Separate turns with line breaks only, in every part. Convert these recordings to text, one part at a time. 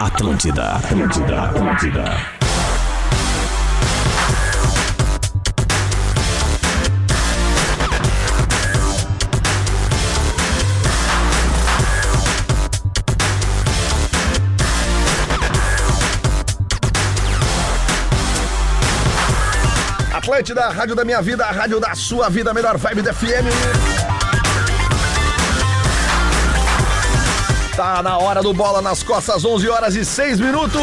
Atlântida, Atlântida, Atlântida.
Atlântida, a rádio da minha vida, a rádio da sua vida, a melhor vibe da FM. Tá na hora do Bola nas Costas, 11 horas e 6 minutos.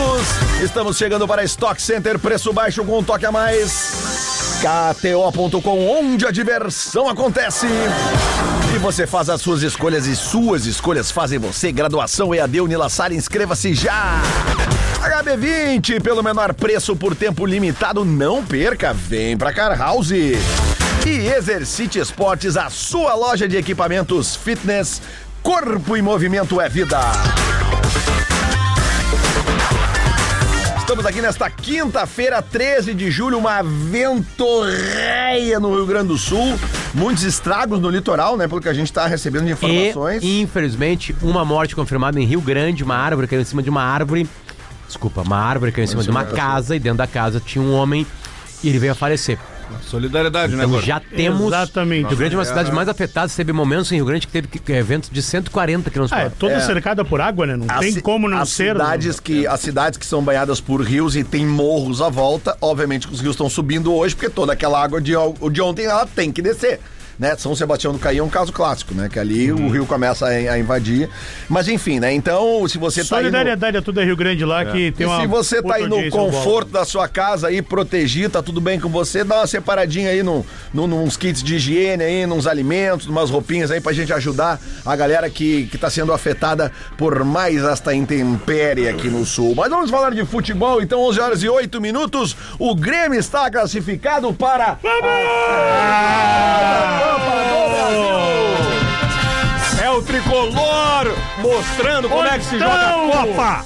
Estamos chegando para Stock Center, preço baixo com um toque a mais. KTO.com, onde a diversão acontece. E você faz as suas escolhas e suas escolhas fazem você. Graduação EAD Unilassar, inscreva-se já. HB20, pelo menor preço por tempo limitado, não perca. Vem pra Car House. E Exercite Esportes, a sua loja de equipamentos fitness. Corpo e movimento é vida. Estamos aqui nesta quinta-feira, 13 de julho, uma ventorreia no Rio Grande do Sul. Muitos estragos no litoral, né? Pelo que a gente está recebendo de informações.
E, infelizmente, uma morte confirmada em Rio Grande, uma árvore caiu em cima de uma árvore. Desculpa, uma árvore caiu em cima de uma casa e dentro da casa tinha um homem e ele veio a falecer.
Solidariedade, né,
Então
Gordon?
já temos.
Exatamente.
Rio Grande é uma cidade mais afetada. Teve momentos em Rio Grande que teve que- que eventos de 140 km
Ah, é toda cercada por água, né? Não
As
tem
ci-
como não
as
ser. né?
Cidades que, as cidades que são banhadas por rios e tem morros à volta, obviamente que os rios estão subindo hoje, porque toda aquela água de, o- de ontem ela tem que descer. Né? São Sebastião do Caí é um caso clássico, né? Que ali
Uhum.
o rio começa a, a invadir. Mas enfim, né? Então, se você tá aí. No...
Solidariedade a tudo é Rio Grande lá que
E
tem uma.
se você tá
puta
aí no
audiência boa.
conforto da sua casa aí, protegido, tá tudo bem com você, dá uma separadinha aí num, num, nos kits de higiene aí, nos alimentos, umas roupinhas aí pra gente ajudar a galera que, que tá sendo afetada por mais esta intempérie aqui no sul. Mas vamos falar de futebol, então 11 horas e 8 minutos, o Grêmio está classificado para... a Copa do Brasil!
É o tricolor mostrando como é que se joga a
Então,
Copa.
opa!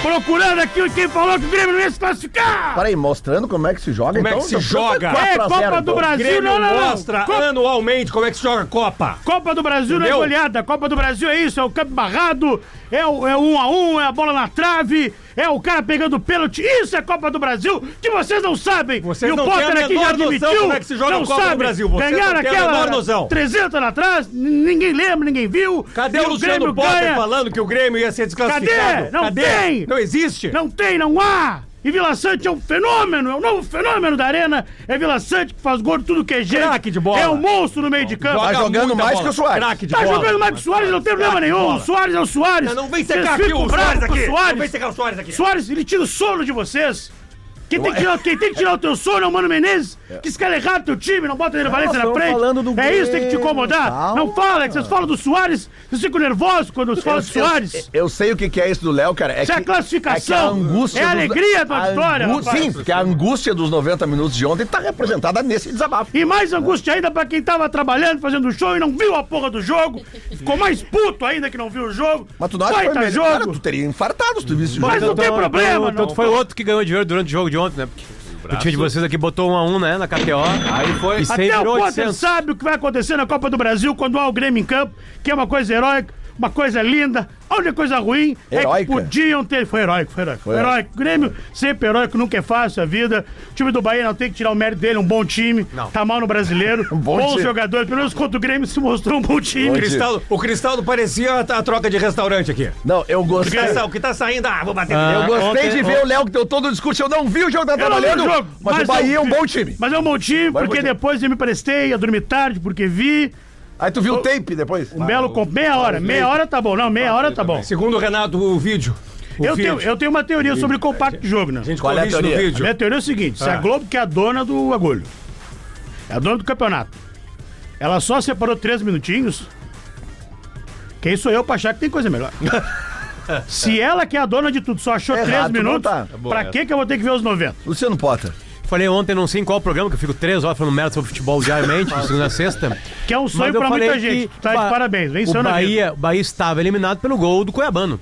Procurando aqui quem falou que o Grêmio não ia se classificar!
Peraí, mostrando como é que se joga,
Como é
então?
que se
Então,
joga?
quatro
É
a
Copa
zero,
do
então.
Brasil,
Grêmio
não, não, não.
mostra
Copa-
anualmente como é que se joga a Copa.
Copa do Brasil não é
Entendeu?
goleada, Copa do Brasil é isso, é o campo barrado, é o é o um a um, é a bola na trave, é o cara pegando pênalti, isso é Copa do Brasil, que vocês não sabem.
Vocês
e o
não têm a
Potter aqui
menor
já
noção
admitiu,
como é que se joga
não
a Copa do
sabe.
Brasil, vocês
Ganharam
não têm a
aquela
menor noção.
300 anos atrás, n- ninguém lembra, ninguém viu.
Cadê
E
o Luciano
Grêmio
Potter
ganha?
falando que o Grêmio ia ser desclassificado?
Cadê? Não tem!
Não existe?
Não tem, não há! E Vila Sante é um fenômeno, é um novo fenômeno da arena. É Vila Sante que faz gol de tudo que é gente.
Craque de bola.
É um monstro no meio de campo.
Tá jogando
muita
mais que o Suárez.
Craque de
Tá
bola.
jogando mais que o Soares, não tem problema
Craque de
nenhum. O
bola.
Soares é o Soares.
Não, não vem
Vocês
secar aqui
ficam
o
bravos
Soares
com
aqui.
o Soares.
Não vem secar o Soares aqui.
Soares, ele tira o sono de vocês. Quem tem, que tirar, quem tem que tirar o teu sono é o Mano Menezes, que escala errado teu time, não bota ele Valência na
estamos
frente.
falando do
é isso, tem que te incomodar.
Grêmio,
Não fala, é que vocês falam do Soares, vocês ficam nervosos quando se fala do
Eu-
Soares.
Eu, eu sei o que que é isso do Léo, cara. É
Isso é
que-
classificação,
que a angústia
é a alegria da
a
vitória,
angu-
rapaz.
Sim, porque a angústia dos 90 minutos de ontem tá representada nesse desabafo.
E mais angústia ainda pra quem tava trabalhando, fazendo show e não viu a porra do jogo. Ficou mais puto ainda que não viu o jogo.
Mas tu não acha que
Baita
foi melhor? Cara,
jogo.
tu teria infartado se tu visse o
Mas
jogo.
não tem problema,
Tanto
não.
Então, foi outro que ganhou dinheiro durante o jogo de ontem, né? Porque o time de vocês aqui botou um a um, né? Na KTO. Aí foi. E seis
Até o
virou
Potter
800.
sabe o que vai acontecer na Copa do Brasil quando há o Grêmio em campo, que é uma coisa heróica, uma coisa linda. A única coisa ruim é que
Heróica.
podiam ter. Foi heróico, foi heróico. Foi
heróico.
heróico. Grêmio sempre heróico, nunca é fácil a vida. O time do Bahia não tem que tirar o mérito dele, um bom time.
Não.
Tá mal no brasileiro.
Um bom
bons
time.
jogadores, pelo menos contra o Grêmio se mostrou um bom time.
Bom
O Cristaldo, o Cristaldo parecia a, a troca de restaurante aqui.
Não, eu gostei.
Essa, o que tá saindo, ah, vou bater.
Ah.
Eu gostei
Ontem-
de ver o Léo que deu todo o discurso. Eu não vi o jogo da
Eu não vi o
trabalhando,
jogo,
mas, o Bahia é
eu
um
vi-
bom time.
Mas é um bom
Bahia é
time,
um
porque
bom time.
depois eu me prestei, ia dormir tarde, porque vi.
Aí tu viu o tape depois?
Um belo. Com... Meia hora, meia hora tá bom. Não, meia hora tá bom.
Segundo o Renato, o vídeo. O
Eu
vídeo.
tenho, eu tenho uma teoria sobre compacto de jogo, né?
A gente
Qual é a
corrige no
teoria?
vídeo.
Minha teoria é o seguinte:
Ah.
se a Globo, que é a dona do agulho, é a dona do campeonato, ela só separou três minutinhos. Quem sou eu pra achar que tem coisa melhor? se ela, que é a dona de tudo, só achou
Errado,
três
não
minutos,
tá.
pra que que eu vou ter que ver os 90?
Luciano Potter.
Falei ontem, não sei em qual programa, que eu fico três horas falando merda sobre futebol diariamente, de segunda a sexta.
Que é um sonho
Mas eu
pra muita
falei
gente.
que
Tá de
Ba-
parabéns, venceu
o
na vida.
Bahia, o Bahia estava eliminado pelo gol do Cuiabano.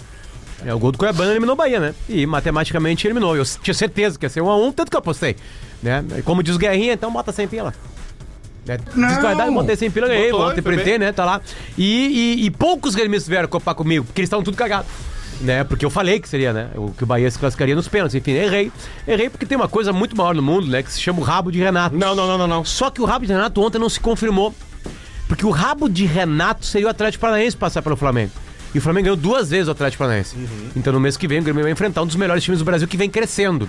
É, o gol do Cuiabano eliminou o Bahia, né? E matematicamente eliminou. Eu um tinha certeza que ia ser 1 a 1 tanto que eu apostei. Né? E Como diz o Guerrinha, então bota sem pila. Né? Diz que vai dar, eu botei 100 pila, ganhei,
Botou,
botei
foi
printei, né? Tá lá. E, e- e poucos gremistas vieram copar comigo, porque eles estavam tudo cagados. Né? Porque eu falei que seria, né? O que o Bahia se classificaria nos pênaltis. Enfim, errei. Errei porque tem uma coisa muito maior no mundo, né? Que se chama o rabo de Renato.
Não, não, não, não, não.
Só que o rabo de Renato ontem não se confirmou. Porque o rabo de Renato seria o Atlético Paranaense passar pelo Flamengo. E o Flamengo ganhou duas vezes o Atlético Paranaense.
Uhum.
Então no mês que vem o Grêmio vai enfrentar um dos melhores times do Brasil que vem crescendo.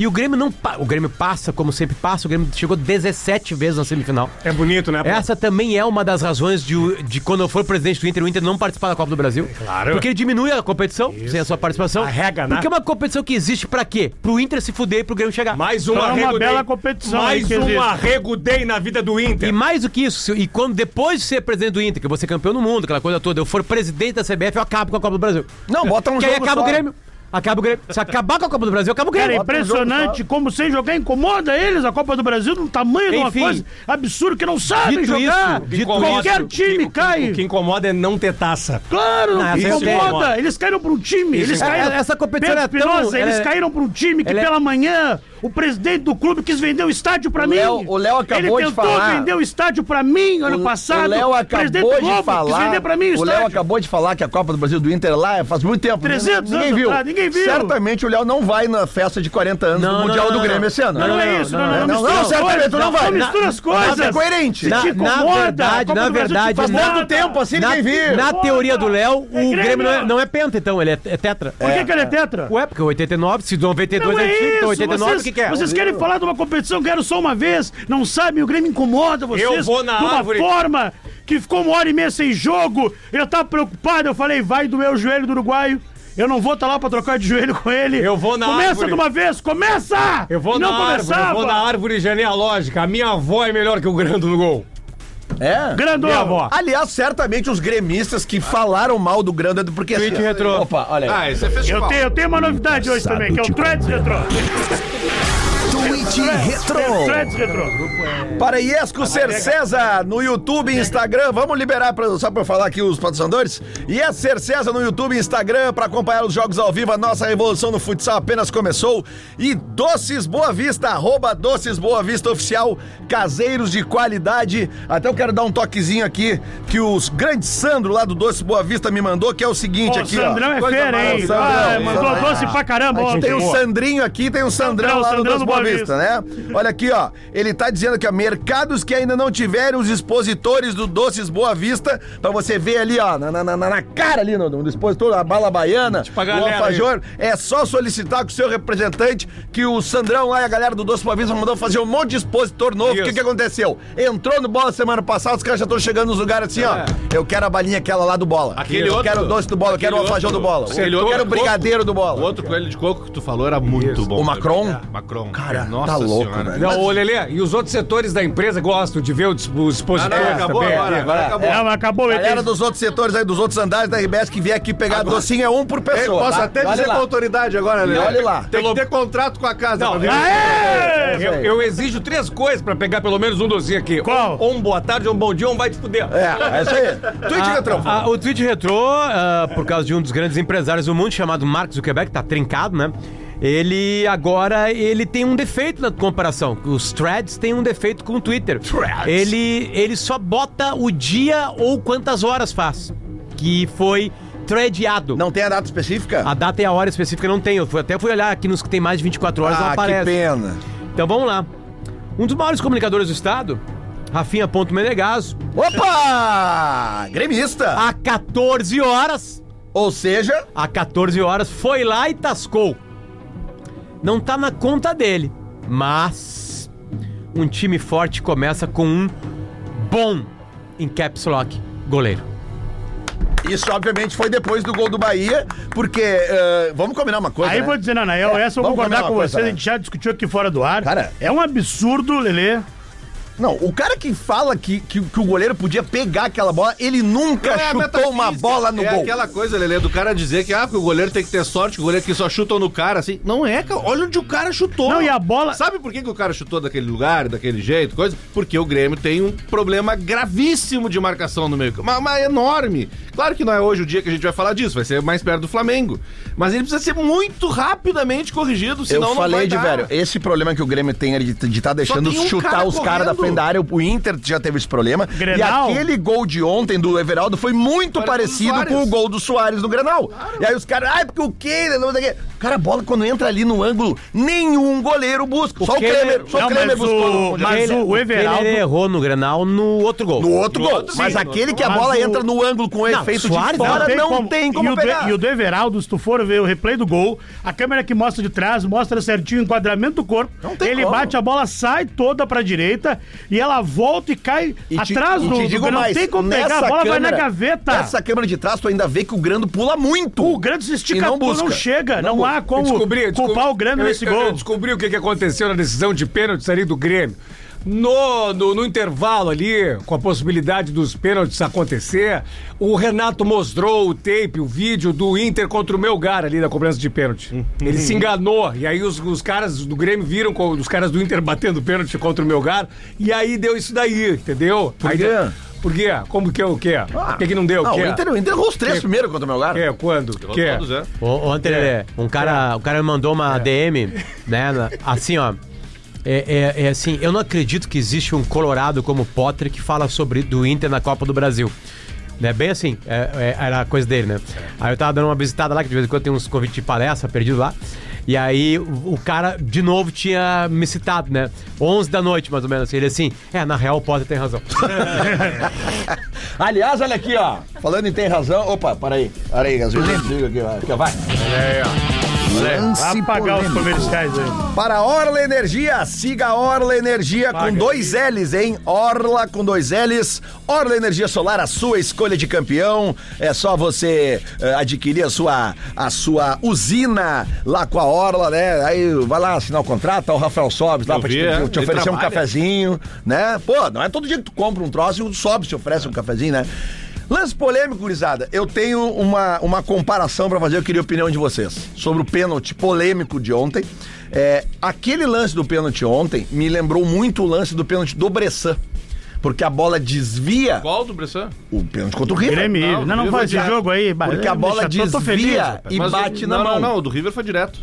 E o Grêmio não. pa- O Grêmio passa, como sempre passa, o Grêmio chegou 17 vezes na semifinal.
É bonito, né?
Essa também é uma das razões de, o- de quando eu for presidente do Inter, o Inter não participar da Copa do Brasil.
É Claro.
Porque ele diminui a competição sem a sua participação.
Arrega, né?
Porque é uma competição que existe pra quê? Pro Inter se fuder e pro Grêmio chegar.
Mais um
Então é uma
arrego
bela
day.
competição aí
Mais
que
um
existe.
arrego day na vida do
E
Inter.
mais do que isso, se- e quando depois de ser presidente do Inter, que eu vou ser campeão do mundo, aquela coisa toda, eu for presidente da CBF, eu acabo com a Copa do Brasil.
Não, bota um
que aí
jogo
acaba o
só.
Grêmio. Acaba o Grêmio. Se acabar com a Copa do Brasil, acaba o
Cara, é
Grêmio.
impressionante como sem jogar incomoda eles, a Copa do Brasil, tá no tamanho de uma
Enfim.
coisa absurda que não sabem
Dito
jogar.
isso,
Que
dito
incomoda-
Qualquer time
que-
cai.
O que incomoda é não ter taça.
Claro,
Não,
que
essa
incomoda.
é a
ideia.
Eles caíram para um time. Eles
É,
caíram.
essa competição
Pedro
é tão-
Espinosa, eles
é-
caíram para um time que
ela é-
pela manhã o presidente do clube quis vender o estádio para mim.
Léo- o Léo acabou de
Ele tentou
falar.
vender o estádio para mim ano
O-
passado.
O Léo acabou de
quis
falar.
vender para mim o
o Léo
estádio.
acabou de falar que a Copa do Brasil do Inter lá é- faz muito tempo.
300
ninguém
anos
viu.
atrás, ninguém viu.
Certamente o Léo não vai na festa de 40 anos
Não,
do
não,
Mundial
não,
do
não,
Grêmio
não.
esse ano.
Não, não
Não,
é isso,
não,
não, não,
não,
não,
não,
mistura as
certamente tu
coisas,
não vai.
Não mistura
Mas
as coisas.
é coerente.
Na-
Na, na
te incomoda, a
verdade,
Copa
na
do Brasil te
verdade,
faz
na,
nada.
tempo assim,
na,
ninguém viu.
na teoria do Léo, o
É Grêmio.
Grêmio não é, não é penta, então, ele é, é tetra.
Por que, que ele é tetra?
Ué, porque 89, se 92
Não
é
é
antigo,
isso,
então 89,
vocês,
o que, que é?
vocês querem falar de uma competição que era só uma vez, não sabem, o Grêmio incomoda vocês
Eu vou na
de uma
árvore.
forma que ficou uma hora e meia sem jogo, eu tava preocupado, eu falei, vai doer o joelho do uruguaio, eu não vou estar lá pra trocar de joelho com ele.
Eu vou na
Começa
árvore.
de uma vez, começa!
Eu vou
não
na árvore, eu vou na árvore genealógica. A minha avó é melhor que o Grando no gol.
É.
Grandão.
Minha avó.
Aliás, certamente os gremistas que falaram mal do Grando é do- porque assim, ó.
retrô.
Opa, olha aí.
isso é
Eu tenho, eu tenho uma novidade hoje também, que é o Threads Retro.
Tweet Retro.
Threads Retro.
Para Iesco Cercesa no YouTube e Instagram. Vamos liberar pra, só para falar aqui os patrocinadores. Iesco Cercesa no YouTube e Instagram para acompanhar os jogos ao vivo. A nossa revolução no futsal apenas começou. E Doces Boa Vista, arroba Doces Boa Vista Oficial, caseiros de qualidade. Até eu quero dar um toquezinho aqui que o grande Sandro lá do Doces Boa Vista me mandou, que é o seguinte
Ô,
aqui,
Sandrão
ó.
é
Coisa
fera,
maravilhosa,
hein?
Sandrão,
Ah, mandou
Sandrão.
doce pra caramba ontem.
Tem o Sandrinho aqui, tem o Sandrão
Sandrão,
lá no
Sandrão
Doce
do
Boa
Boa
Vista, né? Olha aqui, ó. Ele tá dizendo que ó, mercados que ainda não tiverem os expositores do Doces Boa Vista, pra você ver ali, ó, na, na, na, na cara ali no, no expositor, a bala baiana,
a
o
galera
alfajor, é só solicitar com o seu representante que o Sandrão lá e a galera do Doce Boa Vista mandou fazer um monte de expositor novo. O que,
Isso.
que aconteceu? Entrou no Bola semana passada, os caras já estão chegando nos lugares assim, ó. Eu quero a balinha aquela lá do Bola.
É. Aquele
eu
outro-
quero o doce do Bola, eu quero o
aquele
alfajor do
outro-
Bola.
aquele
Eu
outro
quero o
coco.
brigadeiro do Bola.
O outro coelho de coco que tu falou era muito bom.
O Macron?
É, Macron.
Cara, tá louco, velho.
Não, ô Lelê, e os outros setores da empresa gostam de ver o dis- os
Ah, não,
expositores
acabou
também?
agora, agora
é.
acabou.
É, mas acabou
Galera
ele.
dos outros setores aí, dos outros andares da RBS que vier aqui pegar docinho é um por
Ei,
pessoa.
posso
tá?
até
Olha
dizer
lá.
pra autoridade agora, né?
olha lá.
Tem que ter contrato com a casa.
Não,
pra ver.
Aê!
Eu,
aí.
eu exijo três coisas pra pegar pelo menos um dozinho aqui.
Qual?
Ou um boa tarde, ou um bom dia, ou um vai te fuder.
É, é isso aí. Tweet retrô.
Ah, o tweet retrô, ah, por causa de um dos grandes empresários do mundo, chamado Mark Zuckerberg, tá trincado, né? Ele agora ele tem um defeito na comparação. Os threads têm um defeito com o Twitter. Ele, ele só bota o dia ou quantas horas faz. Que foi threadado.
Não tem a data específica?
A data e a hora específica não tem. Eu fui- até fui olhar aqui nos que tem mais de 24 horas, não
ah, que
aparece.
pena.
Então vamos lá. Um dos maiores comunicadores do estado, Rafinha.menegaso,
Opa! Gremista.
há 14 horas.
Ou seja,
Há 14 horas, foi lá e tascou. Não tá na conta dele, mas um time forte começa com um bom em caps lock goleiro.
isso obviamente foi depois do gol do Bahia, porque eh, vamos combinar uma coisa,
Aí
né?
vou dizer, Nanael, essa eu vou
Vamos combinar
é concordar
uma
com
coisa,
vocês,
né?
a gente já discutiu aqui fora do ar.
Cara.
é um absurdo, Lelê.
Não, o cara que fala que, que, que o goleiro podia pegar aquela bola, ele nunca
é a
chutou
metafísica.
uma bola no
é
gol.
aquela coisa, Lelê, do cara dizer que, ah, porque o goleiro tem que ter sorte, que o goleiro que só chutam no cara, assim. Não é, cara. Olha onde o cara chutou.
Não, e a bola-
Sabe por que, que o cara chutou daquele lugar, daquele jeito, coisa? Porque o Grêmio tem um problema gravíssimo de marcação no meio campo. Mas, mas enorme. Claro que não é hoje o dia que a gente vai falar disso, vai ser mais perto do Flamengo. Mas ele precisa ser muito rapidamente corrigido, senão
eu
não vai
falei de
dar.
velho, esse problema que o Grêmio tem é de estar deixando
tem um
chutar
cara
os caras da
correndo,
calendário, o Inter já teve esse problema.
Grenal?
E aquele gol de ontem do Everaldo foi muito
do
parecido
Suárez.
com o gol do Soares no Grenal. E aí os caras, ai, porque o Kehler, não sei o quê. Cara, a bola quando entra ali no ângulo, nenhum goleiro busca. só
Kehler-
o Klemer, só
Não,
o Klemer
mas
buscou. no-
o, mas o, o Everaldo.
Ele errou no Grenal no outro gol.
No outro gol.
outro,
mas
sim, no
aquele que a
Mas
bola
o-
entra no ângulo com efeito de
Suárez
fora, não, tem como,
e o do-
pegar.
e o do Everaldo, se tu for ver o replay do gol, a câmera que mostra de trás mostra certinho o enquadramento do corpo.
Não tem
ele
como.
bate, a bola sai toda pra direita e ela volta e cai
E te-
atrás
e
do.
te
do-
digo
não
mais,
tem como pegar, a
nessa
bola vai na
câmera-
gaveta.
Nessa câmera de trás, tu ainda vê que o Grando pula muito.
O Grêmio se estica,
E não
não, não
busca.
chega. Não, há como
descobri, descobri-
culpar o Grêmio
eu-
nesse
eu- Eu
gol.
descobri o que, que aconteceu na decisão de pênaltis ali do Grêmio. No, no, no intervalo ali, com a possibilidade dos pênaltis acontecer, o Renato mostrou o tape, o vídeo do Inter contra o Melgar ali da cobrança de
Uhum.
pênalti. Ele se enganou, e aí os, os caras do Grêmio viram com- os caras do Inter batendo pênalti contra o Melgar, e aí deu isso daí, entendeu? Por
quê?
por quê? Como que é o quê?
Ah,
Por que, que não deu?
Não,
quê?
o Inter, o Inter errou os três
Que-
primeiro contra o meu lugar.
Quê? Quando? Quê?
Todos, é.
O- Ontem, Lelê, um cara, o cara me mandou uma DM, né? na- Assim, ó. É, é- é assim, eu não acredito que existe um colorado como Potter que fala sobre do Inter na Copa do Brasil. Né, bem assim, é- é- era a coisa dele, né? Aí eu tava dando uma visitada lá, que de vez em quando tem uns convites de palestra perdido lá. E aí o, o cara, de novo, tinha me citado, né? 11 da noite, mais ou menos. assim, Ele assim, é, na real o Potter tem razão.
Aliás, olha aqui, ó. Falando em tem razão. Opa, peraí. Peraí, às vezes eu desligo aqui, ó. Aqui, ó, vai.
É,
Vai apagar os comerciais aí.
Para a Orla Energia, siga a Orla Energia com dois L's, hein? Orla com dois L's. Orla Energia Solar, a sua escolha de campeão. É só você eh, adquirir a sua, a sua usina lá com a Orla, né? Aí vai lá assinar o contrato, tá o Rafael Sobes lá
Eu
pra
vi,
te,
é.
te
Ele
oferecer um
trabalha.
cafezinho, né? Pô, não é todo dia que tu compra um troço e o Sobes te oferece um cafezinho, né? Lance polêmico, gurizada. Eu tenho uma, uma comparação pra fazer, eu queria a opinião de vocês sobre o pênalti polêmico de ontem. É, aquele lance do pênalti ontem me lembrou muito o lance do pênalti do Bressan. Porque a bola desvia
Qual do Bressan?
o pênalti contra o River.
Grêmio, é,
Não,
não, não,
eu vou
faz esse
tirar,
jogo aí.
Porque a bola
diz
desvia e
Mas o-
bate na
não,
mão.
Não,
Não,
não, o do River foi direto.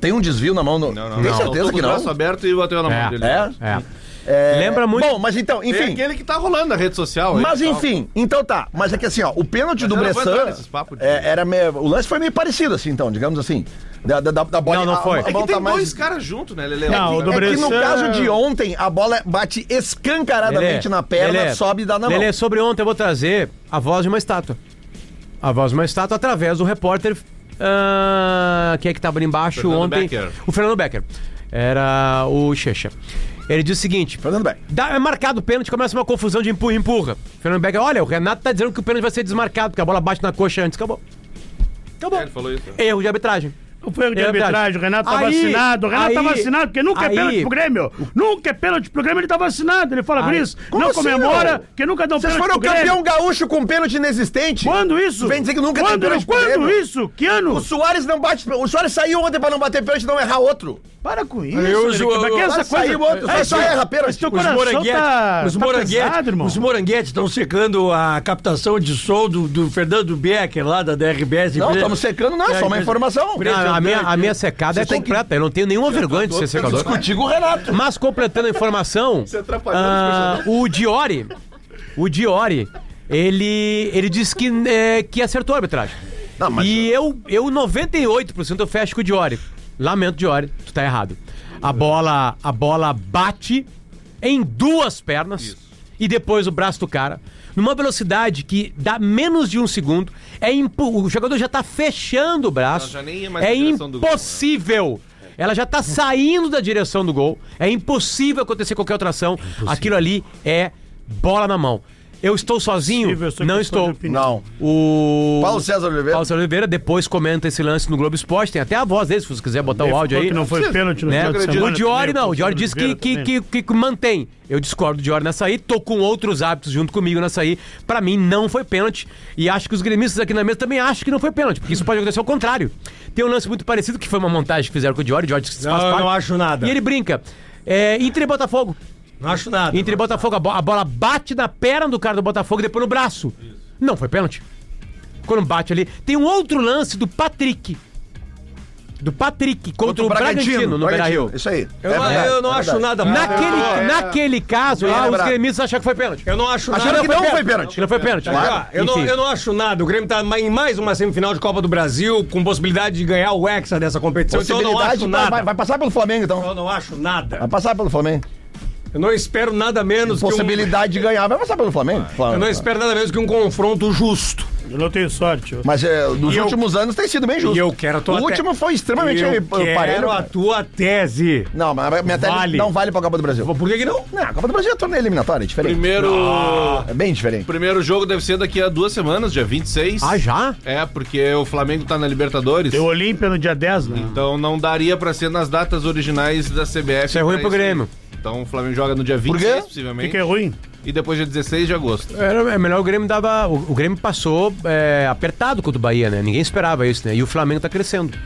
tem um desvio na mão. Não, tem certeza
Soltou com
que
o braço
não.
aberto e bateu na mão
É.
dele.
É?
É.
É,
Lembra muito-
Bom, mas então,
Enfim.
enfim.
aquele que tá rolando na rede social. É aí,
Mas
tal.
enfim, então tá. Mas é que assim, ó, o pênalti do
eu não vou entrar
Bressan.
nesses papos de-
é, era meio, o lance foi meio parecido, assim, então, digamos assim. Da, da, da, da bola
Não, não
a-
foi.
A,
É
É
bola
que tem
tá mais-
dois caras juntos, né, Lele?
Não, o do
É que no
Bressan-
caso de ontem, a bola bate escancaradamente na perna,
Lelê,
sobe e dá na mão.
Lelê, sobre ontem eu vou trazer a voz de uma estátua. A voz de uma estátua através do repórter. ah, quem é que tava ali embaixo
Fernando
ontem?
Becker.
O Fernando Becker. Era o Checha. Ele disse o seguinte:
Fernando Beck.
Dá- é marcado o pênalti, começa uma confusão de empurra, empurra. Fernando Becker, olha, o Renato tá dizendo que o pênalti vai ser desmarcado, porque a bola bate na coxa antes. Acabou. Acabou.
É, ele falou isso.
Erro de arbitragem.
O foi de
É verdade.
arbitragem, o Renato tá
Aí,
vacinado. O Renato tá
aí,
vacinado, porque nunca
aí.
é pênalti pro Grêmio. Nunca é pênalti pro Grêmio, ele tá vacinado. Ele fala por
Aí.
isso.
Como
não
assim,
comemora,
meu?
porque nunca dá um
Vocês
pênalti
foram
pro Grêmio.
campeão gaúcho com pênalti inexistente?
Quando isso?
Vem dizer que nunca tem
quando,
pênalti pro
Quando
Grêmio?
isso? Que ano?
O Soares não bate. O Soares saiu ontem pra não bater pênalti e não errar outro.
Para com isso.
Eu,
Lelê,
João,
pra que
Vai
essa
sair
coisa?
outro, vai
Aí,
só
tio,
erra pênalti.
Mas teu
Os
coração
Moranguete-
tá,
os
tá
Moranguete-
pesado, irmão.
Os Moranguetes estão secando a captação de som do, do Fernando Becker lá da DRBS.
Não, estamos secando, não. É só uma informação.
Não, a, minha, a minha secada
Você
é
tem
completa. Eu não tenho nenhuma vergonha de ser secador.
Discutir com o Renato.
Mas completando a informação,
Você atrapalhou os
ah, o Diori, o Diori, ele, ele disse que, é, que acertou a arbitragem.
Ah,
Não, mas-
E eu, eu 98% eu fecho com o Diori. Lamento, Diori, tu tá errado. A bola, a bola bate em duas pernas e depois o braço do cara. Numa velocidade que dá menos de um segundo, é impo- o jogador já tá fechando o braço.
Ela já nem ia mais
é
na direção do gol, né?
impossível impossível. Ela já tá saindo da direção do gol. É impossível acontecer qualquer outra ação. Aquilo ali é bola na mão. Eu estou sozinho?
Impossível, eu sou
Não
questão de
estou.
opinião.
Não.
O
Paulo César Oliveira.
Paulo César Oliveira depois comenta esse lance no Globo Esporte. Tem até a voz dele, se você quiser botar o áudio
Falou
aí.
que não foi pênalti no
Né?
final de semana né?
O Diori
também,
não,
o
o Diori
Paulo
diz que,
Oliveira
que,
também.
que- que mantém. Eu discordo do Diori nessa aí, tô com outros hábitos junto comigo nessa aí. Pra mim não foi pênalti e acho que os gremistas aqui na mesa também acham que não foi pênalti, porque isso pode acontecer ao contrário. Tem um lance muito parecido que foi uma montagem que fizeram com o Diori, o Diori disse que se
Não,
faz
eu
parte.
não acho nada.
E ele brinca. É, Inter e Botafogo.
Não acho nada.
Inter e Botafogo, a, bo- a bola bate na perna do cara do Botafogo e depois no braço. Não foi pênalti. Quando bate ali. Tem um outro lance do Patrick. do Patrick
Contra
contra, o Bragantino, no Beira-Rio.
Isso aí.
Eu,
É
não-
verdade,
eu não
é
acho
verdade.
nada mal.
Naquele, naquele caso,
Bem
lá, os
lembrado.
gremistas acharam que foi pênalti.
Eu não acho
Acharam
nada.
que não foi pênalti.
Que não foi pênalti.
Aqui, ó,
Claro.
eu, não,
Enfim.
eu não acho nada. O Grêmio tá ma- em mais uma semifinal de Copa do Brasil, com possibilidade de ganhar o Hexa dessa competição. Então eu não
Possibilidade,
acho
vai,
nada.
vai- vai passar pelo Flamengo, então.
Eu não acho nada.
Vai passar pelo Flamengo.
Eu não espero nada menos que um.
Possibilidade de ganhar, vai passar pelo Flamengo.
Eu
Flamengo.
não espero nada menos que um confronto justo.
Eu não tenho sorte. eu-
Mas é, nos
E eu-
últimos anos tem sido bem justo.
E eu quero a tua
O
te-
último foi extremamente
eu
eh, parelho.
quero a tua tese.
Não, mas a minha tese
Vale.
não vale pra Copa do Brasil.
Por que, que não?
Não, a Copa do Brasil é torneio eliminatório, é diferente.
Primeiro,
É bem diferente.
primeiro jogo deve ser daqui a duas semanas, dia 26.
Ah, já?
É, porque o Flamengo tá na Libertadores.
Deu Olímpia no dia 10, né?
Então não daria pra ser nas datas originais da CBF.
Isso é ruim
pra
pro Grêmio.
Então o Flamengo joga no dia
quê?
26,
Fica
possivelmente.
é ruim.
E depois dia 16 de agosto.
Era, é melhor o Grêmio dava. O, o Grêmio passou é, apertado contra o Bahia, né? Ninguém esperava isso, né? E o Flamengo tá crescendo.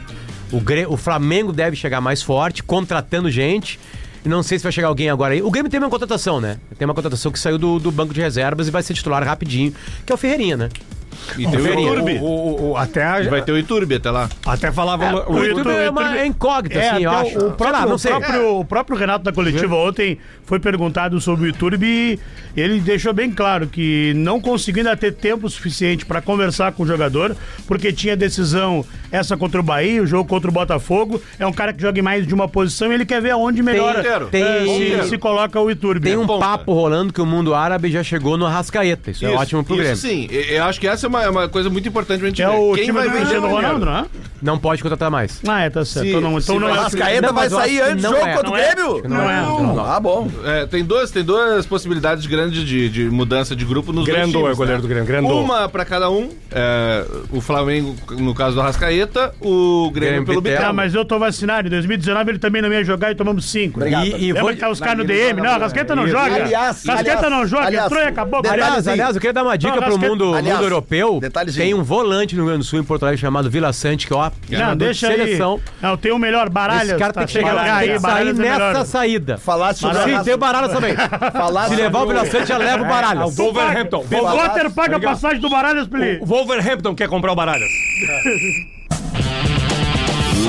O, Grê- o Flamengo deve chegar mais forte, contratando gente. E não sei se vai chegar alguém agora aí. O Grêmio tem uma contratação, né? Tem uma contratação que saiu do, do banco de reservas e vai ser titular rapidinho, que é o Ferreirinha, né?
E tem o
Ferreirinha.
Iturbe.
O- o- o- até, a-
E Vai ter o Iturbe até lá.
até falava.
O,
o-
YouTube
YouTube-
é uma
YouTube-
incógnita,
É,
assim, eu
até
acho.
o-
Sei
O próprio,
lá, não
o
sei. É.
próprio- o próprio Renato da coletiva ontem foi perguntado sobre o YouTube e ele deixou bem claro que não conseguiu ainda ter tempo suficiente para conversar com o jogador, porque tinha decisão essa contra o Bahia, o jogo contra o Botafogo. É um cara que joga em mais de uma posição e ele quer ver aonde melhora
inteiro.
eh,
Tem-
se, se coloca o YouTube.
Tem um
ponta.
papo rolando que o mundo árabe já chegou no Arrascaeta. Isso, é
Isso,
ótimo pro
isso
Grêmio.
sim, eu eu acho que essa é uma, é uma coisa muito importante pra gente
É o
ver. Quem
time
vai
do
vencer
Cristiano
o Mundial?
Ronaldo, né?
Não pode contratar mais.
Ah, é, tá certo.
Se-
então não, então
se
não
O
é-
Arrascaeta
Não,
vai
mas eu acho
sair
que
antes do
não
jogo
é.
contra o
Não é.
Grêmio?
Não é.
Ah, bom.
É, tem duas, tem duas possibilidades grandes de, de mudança de grupo nos
Grandou
dois né?
é o goleiro do Grêmio, grandou.
Uma pra cada um, é, o Flamengo no caso do Arrascaeta, o Grêmio,
Grêmio
pelo
Bitelo.
Bitelo.
Ah, mas eu tô vacinado. Em 2019 ele também não ia jogar e tomamos cinco.
Obrigado.
E, e
Lembra
vou-
que tá os caras no
Danilo
DM?
joga
Não,
bola,
Rasqueta não
né?
joga.
Aliás,
Rasqueta
aliás,
não joga,
aliás,
entrou e acabou.
detalhe-
Aliás,
Detalhezinho.
aliás, eu queria dar uma dica
Não,
pro
rasqueta-
mundo,
Aliás,
mundo europeu.
detalhezinho.
Tem um volante no Rio Grande do Sul, em Porto Alegre, chamado Vila Sante, que ó,
Não,
jogador de
deixa
seleção.
aí. tá Não, tem o melhor baralho.
Esse cara tem que chegar lá, tem que sair
é
nessa saída.
Falasse sobre
Sim,
Arrasca-
tem o baralho também.
Falasse
Se levar o Vila Sante, já leva o baralho.
o Wolverhampton.
O
Vol-
Potter paga a passagem do Baralhas pra ele.
O Wolverhampton quer comprar o Baralhas.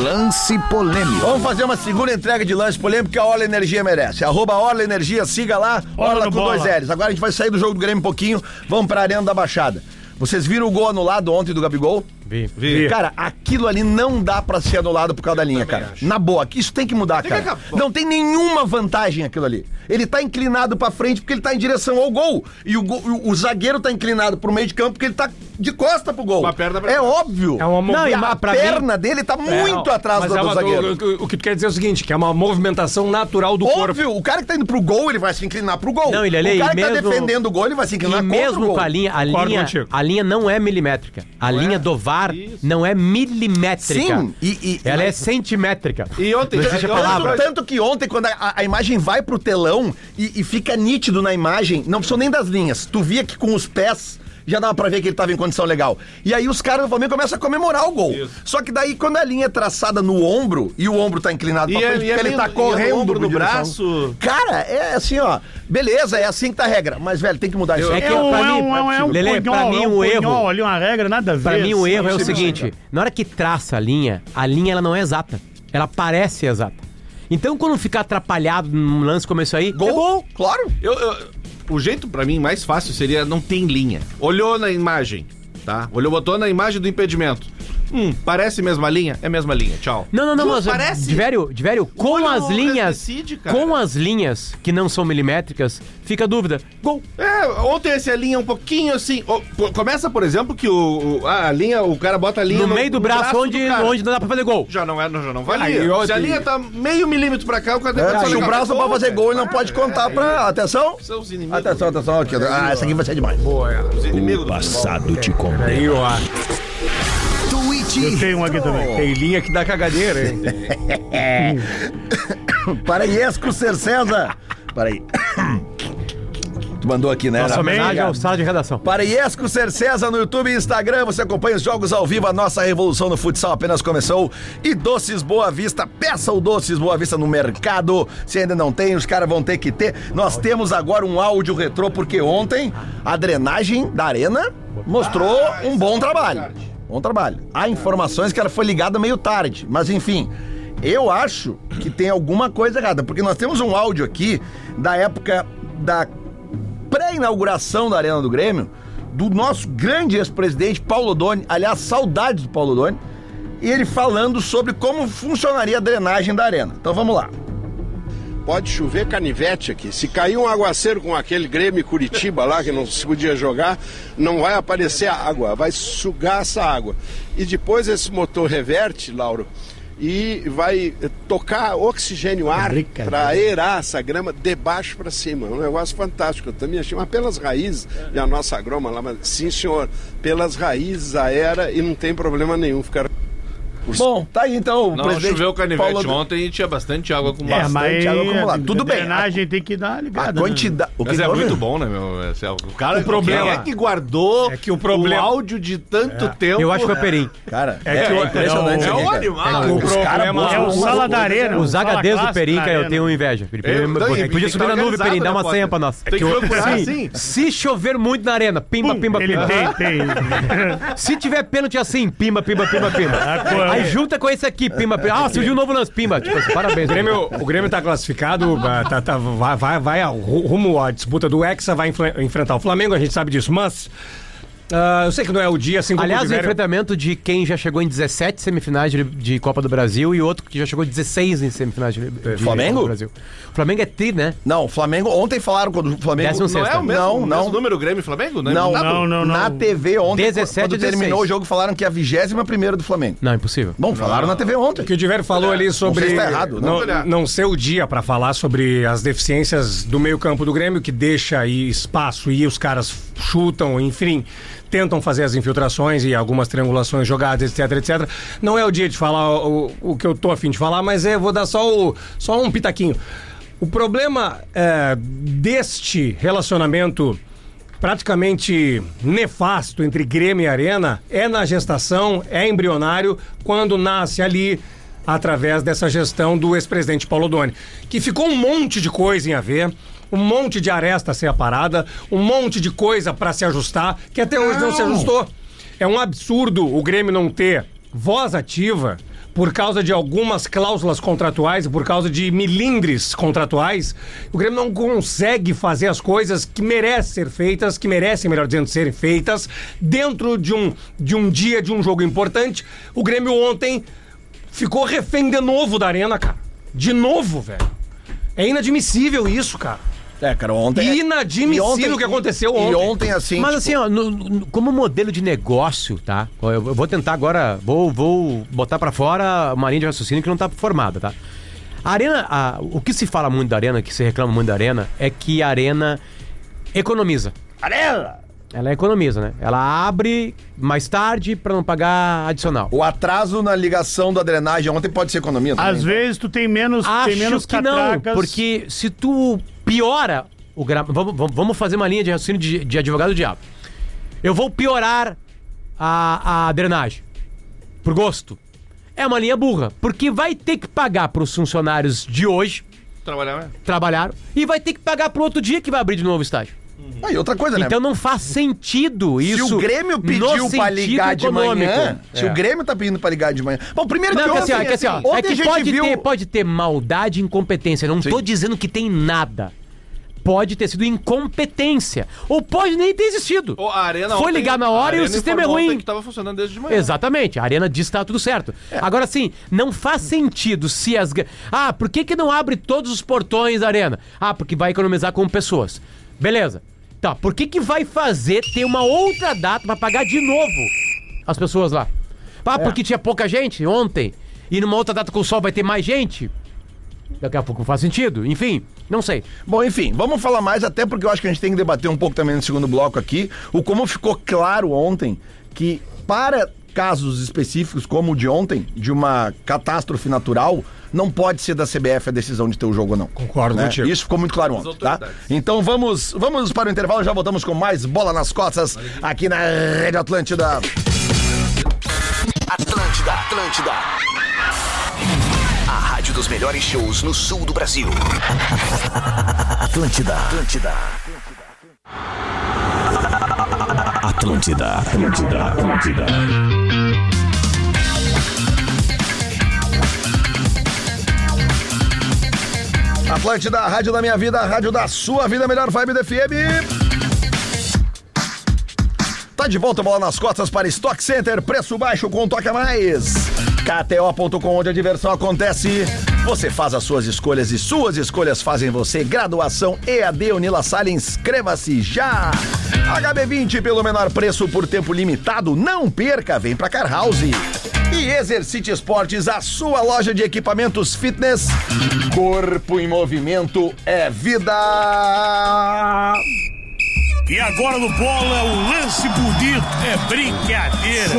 Lance polêmico.
Vamos fazer uma segunda entrega de lanche polêmico que a Orla Energia merece. Arroba Orla Energia, siga lá,
Orla
Orla
no
com dois
bola.
L's. Agora a gente vai sair do jogo do Grêmio um pouquinho, vamos pra Arena da Baixada. Vocês viram o gol anulado ontem do Gabigol?
Vi.
Cara, aquilo ali não dá pra ser anulado por causa da linha, cara. Na boa, isso tem que mudar, cara. Não tem nenhuma vantagem aquilo ali. Ele tá inclinado pra frente porque ele tá em direção ao gol. E o, gol- o- o zagueiro tá inclinado pro meio de campo porque ele tá de costa pro gol.
Com a perna pra
é
trás.
óbvio.
É uma mo-
não, e
pra-
a
pra
perna dele tá muito
É,
atrás
mas
do,
é
do
uma-
zagueiro.
O, o- o que tu quer dizer é o seguinte, que é uma movimentação natural do corpo.
Óbvio, o cara que tá indo pro gol, ele vai se inclinar pro gol.
Não, ele ali,
o cara
e
que tá
mesmo-
defendendo o gol, ele vai se inclinar
E
é contra o
mesmo
gol.
com a linha, a
Concordo
linha,
contigo.
a linha não é milimétrica. A linha do VAR não é milimétrica.
Sim, e- e-
Ela é centimétrica.
E ontem,
Não
já-
existe a
ontem-
palavra.
Tanto que ontem, quando a- a, a imagem vai pro telão e, e fica nítido na imagem, não precisou nem das linhas. Tu via que com os pés já dava pra ver que ele tava em condição legal. E aí os caras do Flamengo começam a comemorar o gol. Só que daí, quando a linha é traçada no ombro e o ombro tá inclinado
E
pra
é-
frente,
e é
porque ele
lindo,
tá
e é no
correndo
ombro, no
pro direção.
braço.
Cara, é assim, ó. Beleza, é assim que tá a regra. Mas, velho, tem que mudar isso.
É
aí.
que pra mim, Lelê, pra mim o erro,
ali, uma regra, nada a ver.
Pra mim, o erro é o
Sim,
seguinte: na hora que traça a linha, a linha ela não é exata. Ela parece exata. Então, quando ficar atrapalhado num lance como esse aí, é gol.
Claro.
Eu- eu- o jeito pra mim mais fácil seria não tem linha. Olhou na imagem, tá? Olhou, botou na imagem do impedimento. Hum, parece mesma linha? É mesma linha, tchau.
Não, não, não, mas
parece.
Diverio, Diverio, com
olho
as linhas,
decide, cara.
com as linhas que não são milimétricas, fica a dúvida. Gol.
É, ontem esse a linha um pouquinho assim. ó, pô, começa, por exemplo, que o, o- a linha, o cara bota a linha
No, meio do braço, onde,
cara.
onde não dá pra fazer gol.
Já não é, já não valia.
Aí, ontem-
Se a linha tá meio milímetro pra cá, o cara tem
É, se o
legal.
braço não pode fazer gol, ele não pode contar pra. Atenção!
São os inimigos.
Atenção, atenção. aqui, ó. Ah, essa aqui vai ser demais.
Os inimigos
O
do
passado te condena.
Aí, ó.
Eu tenho um aqui também.
Tem linha que dá cagadeira, hein?
É, Paraiesco Cercesa. Peraí. Tu mandou aqui, né?
Nossa
Era-
homenagem ao sala de redação.
Paraiesco Cercesa no YouTube e Instagram. Você acompanha os jogos ao vivo. A nossa revolução no futsal apenas começou. E Doces Boa Vista. Peça o Doces Boa Vista no mercado. Se ainda não tem, os caras vão ter que ter. Nós temos agora um áudio retrô, porque ontem a drenagem da arena mostrou um bom trabalho. Bom trabalho. Há informações que ela foi ligada meio tarde, mas enfim. Eu acho que tem alguma coisa errada, porque nós temos um áudio aqui da época da pré-inauguração da Arena do Grêmio, do nosso grande ex-presidente Paulo Doni, aliás, saudades do Paulo Doni, e ele falando sobre como funcionaria a drenagem da arena. Então vamos lá.
Pode chover canivete aqui. Se cair um aguaceiro com aquele Grêmio e Curitiba lá, que não se podia jogar, não vai aparecer a água, vai sugar essa água. E depois esse motor reverte, Lauro, e vai eh, tocar oxigênio ar
Rica,
para aerar essa grama de baixo para cima. Um negócio fantástico. Eu também achei, mas pelas raízes, e a nossa grama lá, mas, sim senhor, pelas raízes aera e não tem problema nenhum. Ficar...
Bom, tá aí então o
Não,
presidente
choveu canivete
Paulo Doni-
ontem e tinha bastante água com
É,
bastante.
mas
água acumulada. Tudo bem,
drenagem tem que dar
A
ligada.
quantidade. O
Mas é
houve?
muito bom, né, meu? Esse é O, cara,
O problema-
quem é que guardou
É que o problema-
áudio de tanto tempo?
Eu acho que é foi o Perim.
Cara, é,
É que
é
o-
né,
impressionante.
É
isso aqui,
o
cara.
animal.
Ah, O problema
É o
um-
sala da arena.
Os
sala
HDs do
clássica
Perim,
da
cara, eu
arena.
tenho inveja. Perim.
Eu- não, e-
podia
e
subir na
tá
nuvem, Perim,
organizado,
dá
né,
uma
Potter?
senha pra nós.
Tem que procurar assim.
Se chover muito na arena, pimba, pimba,
Ele
pimba.
tem, tem.
Se tiver pênalti assim, pimba, pimba, pimba, pimba. Aí junta com esse aqui, pimba, pimba. Ah, surgiu um novo lance, pimba. Tipo assim, parabéns.
O Grêmio, o Grêmio tá classificado, ah, tá, tá, vai, vai, vai ao ru- rumo à disputa do Hexa, vai enfre- enfrentar o Flamengo, a gente sabe disso, mas. ah, eu sei que não é o dia, assim como
Aliás, o
tiveram-
enfrentamento de quem já chegou em 17 semifinais de, de Copa do Brasil e outro que já chegou em 16 em semifinais de, de
Flamengo?
Copa do Brasil. O Flamengo é tri, né?
Não, o Flamengo. Ontem falaram quando o Flamengo.
Décimo
Não
sexto.
é o mesmo,
Não,
o
não.
mesmo número Grêmio e Flamengo? Não, é
Não,
mudado?
Não, não, não.
Na TV ontem,
17
quando
e 16.
terminou o jogo, falaram que é a 21 do Flamengo.
Não, impossível.
Bom, falaram na TV ontem.
O que o Diver falou ali sobre.
sei se tá errado, né?
não,
Vamos olhar.
não ser o dia pra falar sobre as deficiências do meio-campo do Grêmio, que deixa aí espaço e os caras chutam, enfim, tentam fazer as infiltrações e algumas triangulações jogadas, etc, etc. Não é o dia de falar o, o que eu tô afim de falar, mas é, vou dar só, o, só um pitaquinho. O problema é, deste relacionamento praticamente nefasto entre Grêmio e Arena é na gestação, é embrionário, quando nasce ali através dessa gestão do ex-presidente Paulo Doni, que ficou um monte de coisa em a ver. Um monte de aresta a ser aparada, um monte de coisa para se ajustar, que até hoje não se ajustou. É um absurdo o Grêmio não ter voz ativa por causa de algumas cláusulas contratuais e por causa de milindres contratuais, o Grêmio não consegue fazer as coisas que merecem ser feitas, que merecem, melhor dizendo, serem feitas dentro de um, de um dia, de um jogo importante. O Grêmio ontem ficou refém de novo da arena, cara. De novo, velho. É inadmissível isso, cara.
É, cara, ontem.
Inadmissível
E ontem-
o que aconteceu
E
ontem.
ontem, assim.
Mas
tipo,
assim, ó, no- no- como modelo de negócio, tá? Ó, Eu, eu vou tentar agora, vou, vou botar pra fora uma linha de raciocínio que não tá formada, tá? A arena, a- o que se fala muito da arena, que se reclama muito da arena, é que a arena economiza. Ela economiza, né? Ela abre mais tarde pra não pagar adicional.
O atraso na ligação da drenagem ontem pode ser economia. também.
Às vezes tu tem menos, tem menos
Tá Acho que não,
catracas.
porque se tu piora o gramado. Vamos, vamos- vamos fazer uma linha de raciocínio de, de advogado do diabo. Eu vou piorar a, a drenagem. Por gosto. É uma linha burra. Porque vai ter que pagar pros funcionários de hoje,
Trabalhar, né?
trabalharam, e vai ter que pagar pro outro dia que vai abrir de novo o estágio.
Ah, e outra coisa, né?
Então não faz sentido isso.
se o Grêmio
no
pediu pra
sentido
ligar de manhã.
econômico. É.
Se o Grêmio tá pedindo pra ligar de manhã. Bom, primeiro
Não,
que
que assim, ó,
ontem,
é que assim, ó,
ontem
é
a
que
gente
pode,
viu...
ter, pode ter maldade e incompetência. Não tô dizendo que tem nada. Pode ter sido incompetência. Ou pode nem ter existido.
Ô, a arena
Foi
ontem-
ligar na
a
hora e o
Arena
sistema é
informou ontem
ruim.
Que tava funcionando desde de manhã.
Exatamente, a arena diz que tá tudo certo. Agora sim, não faz sentido se as. gra- Ah, por que, que não abre todos os portões da arena? Ah, porque vai economizar com pessoas. Beleza. Tá, por que, que vai fazer ter uma outra data pra pagar de novo as pessoas lá? Ah, porque tinha pouca gente ontem e numa outra data com o sol vai ter mais gente? Daqui a pouco faz sentido. Enfim, não sei.
Bom, enfim, vamos falar mais, até porque eu acho que a gente tem que debater um pouco também no segundo bloco aqui, o como ficou claro ontem que para casos específicos como o de ontem, de uma catástrofe natural, não pode ser da CBF a decisão de ter o jogo ou não.
Concordo
né?
contigo.
Isso ficou muito claro ontem, tá? Então vamos, vamos para o intervalo, já voltamos com mais bola nas costas aqui na Rede Atlântida.
Atlântida, Atlântida. A rádio dos melhores shows no sul do Brasil. Atlântida, Atlântida.
Atlântida, Atlântida, Atlântida.
Atlântida, a rádio da minha vida, a rádio da sua vida, a melhor vibe do FM. Tá de volta, bola nas costas para Stock Center, preço baixo com Toca Mais. KTO.com, onde a diversão acontece. Você faz as suas escolhas e suas escolhas fazem você. Graduação EAD Unila Salle, inscreva-se já. HB20 pelo menor preço por tempo limitado. Não perca, vem pra Car House. E Exercite Esportes, a sua loja de equipamentos fitness. Corpo em movimento é vida.
E agora no bola, é o lance bonito. É brincadeira.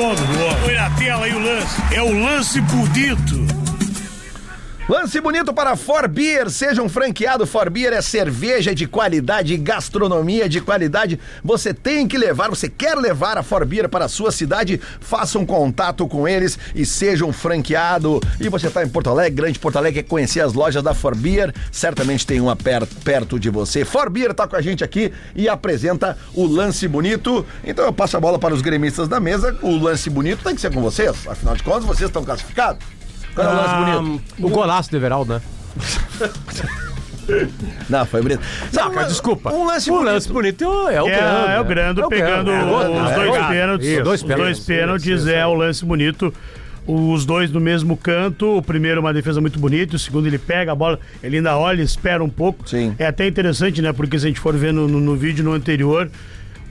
Foi na tela aí o lance. É o lance bonito.
Lance bonito para For Beer. Seja um franqueado. For Beer é cerveja de qualidade, gastronomia de qualidade. Você tem que levar, você quer levar a For Beer para a sua cidade? Faça um contato com eles e seja um franqueado. E você está em Porto Alegre, grande Porto Alegre, quer conhecer as lojas da For Beer? Certamente tem uma per- perto de você. For Beer está com a gente aqui e apresenta o lance bonito. Então eu passo a bola para os gremistas da mesa. O lance bonito tem que ser com vocês. Afinal de contas, vocês estão classificados. Qual é o lance bonito?
O golaço do Everaldo, né?
Não, foi bonito. Não,
cara,
um-
desculpa.
Um lance
o
bonito.
lance bonito é o
É,
Grando.
é o Grando é pegando os dois pênaltis.
Isso, dois
Os dois
pênaltis.
pênaltis é o lance bonito. Os dois no mesmo canto, o primeiro uma defesa muito bonita, o segundo ele pega a bola, ele ainda olha, espera um pouco.
Sim.
É até interessante, né? Porque se a gente for ver no, no- no vídeo no anterior,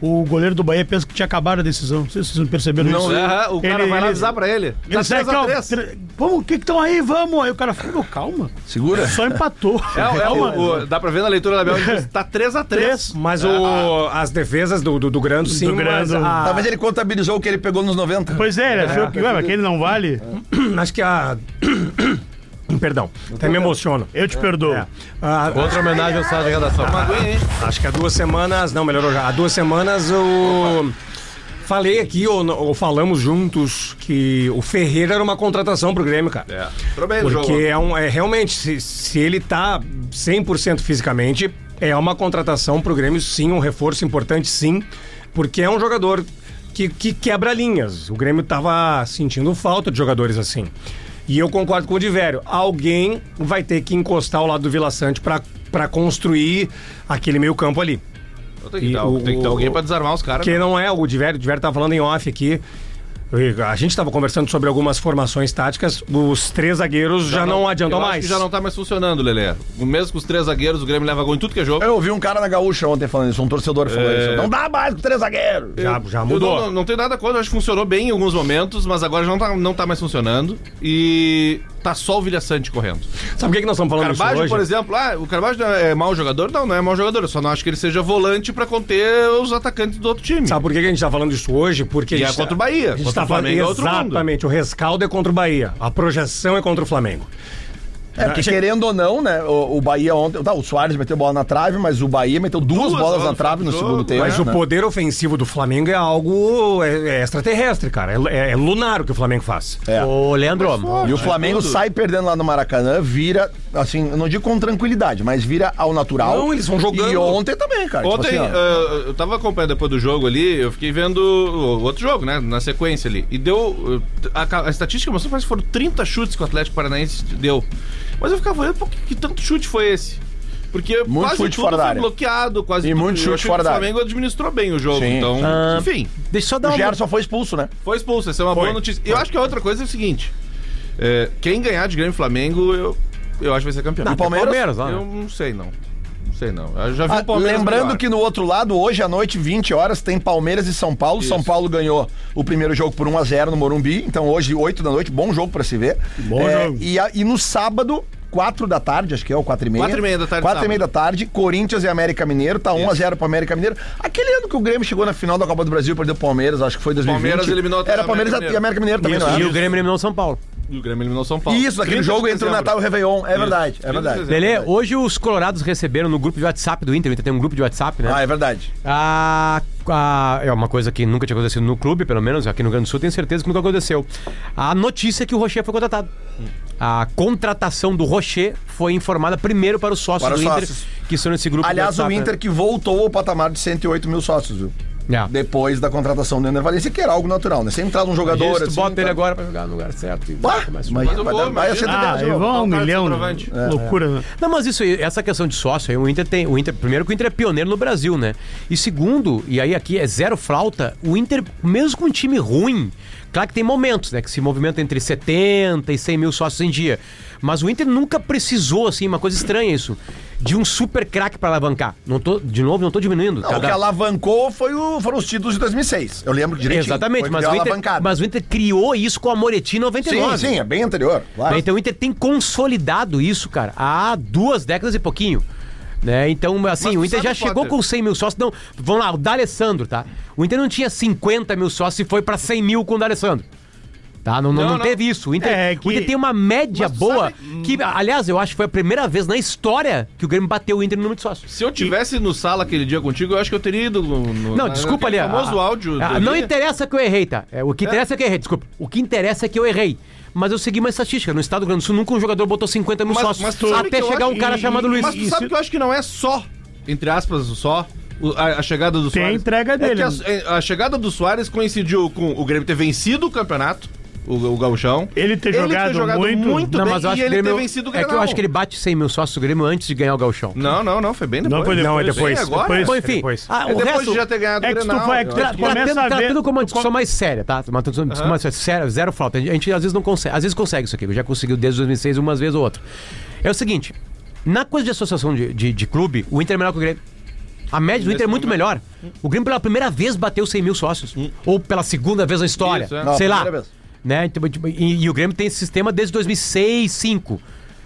o goleiro do Bahia pensa que tinha acabado a decisão. Não sei se vocês não perceberam isso.
Aham, é, o cara vai
Ele-
lá
ele-
avisar pra ele. Tá
Ele sai,
três a
calma,
três.
tre- vamos, o que que estão aí? Vamos! Aí o cara fica, calma,
Segura.
só empatou.
É, é
calma.
o, o- dá pra ver na leitura da Bel, tá 3x3.
Mas o,
Ah.
as defesas do, do, do Grando, sim, mas
Grando.
a-
Talvez ele contabilizou o que ele pegou nos 90.
Pois é, ele achou que, ué, mas que ele não vale,
acho que a... Perdão, até me emociono. É.
eu te perdoo.
É.
A-
Outra homenagem ao Sábio de Redação.
Acho que há duas semanas. Não, melhorou já. Há duas semanas eu. Falei aqui, ou, ou falamos juntos, que o Ferreira era uma contratação pro Grêmio, cara.
É. Entrou bem no
Porque
jogo.
é, um, é realmente, se, se ele tá 100% fisicamente, é uma contratação pro Grêmio, sim, um reforço importante, sim, porque é um jogador que, que quebra linhas. O Grêmio tava sentindo falta de jogadores assim. E eu concordo com o Divério, alguém vai ter que encostar ao lado do Vila Sante para construir aquele meio campo ali.
Tem que,
E
ter,
o-
tem que ter alguém
o-
pra desarmar os né? caras.
Que não é o Diverio, o Diverio tá falando em off aqui. E A gente estava conversando sobre algumas formações táticas. Os três zagueiros já, não, adiantam
eu acho
mais.
que já não tá mais funcionando, Lelê. Mesmo com os três zagueiros, o Grêmio leva gol em tudo que é jogo.
Eu ouvi um cara na gaúcha ontem falando isso, um torcedor falou
É.
isso. Não dá mais com três zagueiros.
Já, já
Eu
mudou.
Não, não, não tenho nada contra, eu acho que funcionou bem em alguns momentos, mas agora já não tá, não tá mais funcionando. E tá só o Vilha Sante correndo.
Sabe por que, que nós estamos falando disso
Carvalho,
hoje?
por exemplo, ah, o Carvalho não é mau jogador? Não, não é mau jogador. Eu só não acho que ele seja volante pra conter os atacantes do outro time.
Sabe por que, que a gente está falando disso hoje? Porque
E é
a gente tá-
contra o Bahia.
A gente
Contra
tá
o
falando
Flamengo é outro mundo.
exatamente. O rescaldo é contra o Bahia. A projeção é contra o Flamengo.
É, porque querendo ou não, né? O, o Bahia ontem. Tá, o Soares meteu bola na trave, mas o Bahia meteu duas,
Duas
bolas na
bolas
trave
no
no
jogo,
segundo tempo.
Mas o
né?
poder ofensivo do Flamengo é algo é- é extraterrestre, cara. É, é- é lunar o que o Flamengo faz.
É.
Ô, Leandro,
E o Flamengo
é tudo.
sai perdendo lá no Maracanã, vira, assim, eu não digo com tranquilidade, mas vira ao natural.
Não, eles vão jogando.
E ontem também, cara. tipo assim,
Ontem,
ó.
eh, eu tava acompanhando depois do jogo ali, eu fiquei vendo o outro jogo, né? Na sequência ali. E deu. eh, A, ca- a estatística mostrou que foram 30 chutes que o Atlético Paranaense deu. Mas eu ficava olhando, pô, que, que tanto chute foi esse? Porque
Muito
quase
chute
tudo
fora da
foi
área.
bloqueado, quase
E
tudo.
muito
Eu
chute
achei
fora
que
da
O Flamengo administrou bem o jogo,
Sim.
então.
Ah.
Enfim,
deixa eu só dar
o
uma...
Gerson foi expulso, né?
foi expulso. Essa é uma boa notícia. E eu acho que a outra coisa é o seguinte: eh, quem ganhar de Grêmio e Flamengo, eu, eu acho que vai ser campeão. Então,
E o Palmeiras?
Palmeiras, lá, né?
Eu não sei, não. Não sei, não. Eu já vi
Ah,
o Palmeiras.
lembrando
melhor.
que no outro lado, hoje à noite, 20 horas, tem Palmeiras e São Paulo. São Paulo ganhou o primeiro jogo por 1x0 no Morumbi. Então hoje, 8 da noite, bom jogo pra se ver. Bom
jogo.
E, a- e no sábado. 4 da tarde, acho que é, ou 4 e meia.
4 e meia da tarde,
4 e meia da tarde, Corinthians e América Mineiro, tá 1x0 pro América Mineiro. Aquele ano que o Grêmio chegou na final da Copa do Brasil, perdeu o Palmeiras, acho que foi 2020.
Palmeiras eliminou
Era Palmeiras
América
e América Mineiro também, não
E
é?
o Grêmio eliminou São Paulo.
E o Grêmio eliminou São Paulo.
Isso, daquele
30 de
jogo entre o
dezembro.
Natal e o Réveillon. É verdade, é
30 de
verdade.
dezembro.
Lele, hoje os colorados receberam no grupo de WhatsApp do Inter, o Inter tem um grupo de WhatsApp, né?
Ah, é verdade.
A, a- é uma coisa que nunca tinha acontecido no clube, pelo menos aqui no Rio Grande do Sul, tenho certeza que nunca aconteceu. A notícia é que o Rocher foi contratado.
Hum.
A contratação do Rocher foi informada primeiro para os sócios
Para os
do Inter,
sócios.
que estão nesse grupo. do
Aliás, o
WhatsApp,
Inter
né?
que voltou ao patamar de 108 mil sócios, viu?
É.
depois da contratação do Ender Valencia, que era algo natural, né? Sempre traz um jogador.
Isso, tu
assim,
bota ele
tá-
agora pra jogar no lugar certo. e
Bah, mas
começa a
vai,
jogar.
vai,
gol,
vai a
imagina.
110
Ah, eu
jogos.
vou a um
cara de
milhão. né?
centroavante.
Loucura, né?
Não, mas isso, aí, essa questão de sócio aí, o Inter tem. O Inter, primeiro que o Inter é pioneiro no Brasil, né? E segundo, e aí aqui é zero flauta, o Inter, mesmo com um time ruim, claro que tem momentos, né? Que se movimenta entre 70 e 100 mil sócios em dia. Mas o Inter nunca precisou, assim, uma coisa estranha isso, de um super craque pra alavancar. Não tô, de novo, não tô diminuindo.
Não, O
cada-
que é alavancou foi o, foram os títulos de 2006. Eu lembro direitinho.
Exatamente,
Foi
mas
deu
o, Inter,
alavancada.
mas o Inter criou isso com a Moretti em 99.
Sim, sim, é bem anterior. claro.
Né? Então o Inter tem consolidado isso, cara, há duas décadas e pouquinho. Né? Então,
Mas
assim,
tu
o Inter
sabe,
já chegou
Potter?
com 100 mil sócios. Não, vamos lá, o D'Alessandro, tá? O Inter não tinha 50 mil sócios e foi pra 100 mil com o D'Alessandro. Tá? Não, não,
Não,
não
não.
teve isso. O Inter,
É que-
o Inter tem uma média
Mas tu
boa
sabe-
que, aliás, eu acho que foi a primeira vez na história que o Grêmio bateu o Inter no número de sócios.
Se eu tivesse no sala aquele dia contigo, eu acho que eu teria ido no. no-
Não,
na-
desculpa ali.
naquele famoso
a-
áudio.
a-
dele.
não interessa que eu errei, tá? É, o que interessa é. que eu errei, desculpa. O que interessa é que eu errei. Mas eu segui uma estatística. No Estado do Rio Grande do Sul, nunca um jogador botou 50 mil
Mas-
sócios.
mas tu sabe
até
que eu
chegar
acho-
um cara
e-
chamado
e-
Luiz.
Mas tu sabe
Isso-
que eu acho que não é só, entre aspas, só o- a, a chegada do
Tem
Soares.
entrega
É
dele,
que a- a, chegada do Soares coincidiu com o Grêmio ter vencido o campeonato, o, o Gauchão.
Ele ter jogado muito.
Não,
bem
mas eu acho que
e
o
ele ter
Grêmio... É
vencido o Grenal.
que eu acho que ele bate 100 mil sócios do Grêmio antes de ganhar o Gauchão.
Não, não, não, foi bem depois.
Não foi depois.
Não,
Não, é
depois, depois.
Bom, enfim.
depois.
ah,
É
o
depois
resto...
de já ter ganhado
é
o
que tu
Grenal.
foi- é que
eu
tu-
acho
tu-
Tratando,
Começa a ver-
tratando como uma
tu
discussão
com-
mais séria, tá? Uma discussão discussão mais séria, zero, zero falta. A gente às vezes não consegue, às vezes consegue isso aqui. Eu já consegui desde 2006 umas vezes ou outra. É o seguinte, na coisa de associação de, de, de clube, o Inter é melhor que o Grêmio. A média do Inter é muito melhor.
Uhum.
O Grêmio pela primeira vez bateu 100 mil sócios. Ou pela segunda vez na história.
Isso, é.
Não,
Sei lá.
primeira vez.
Né? Então, tipo, E, e o Grêmio tem esse sistema desde 2006, 2005.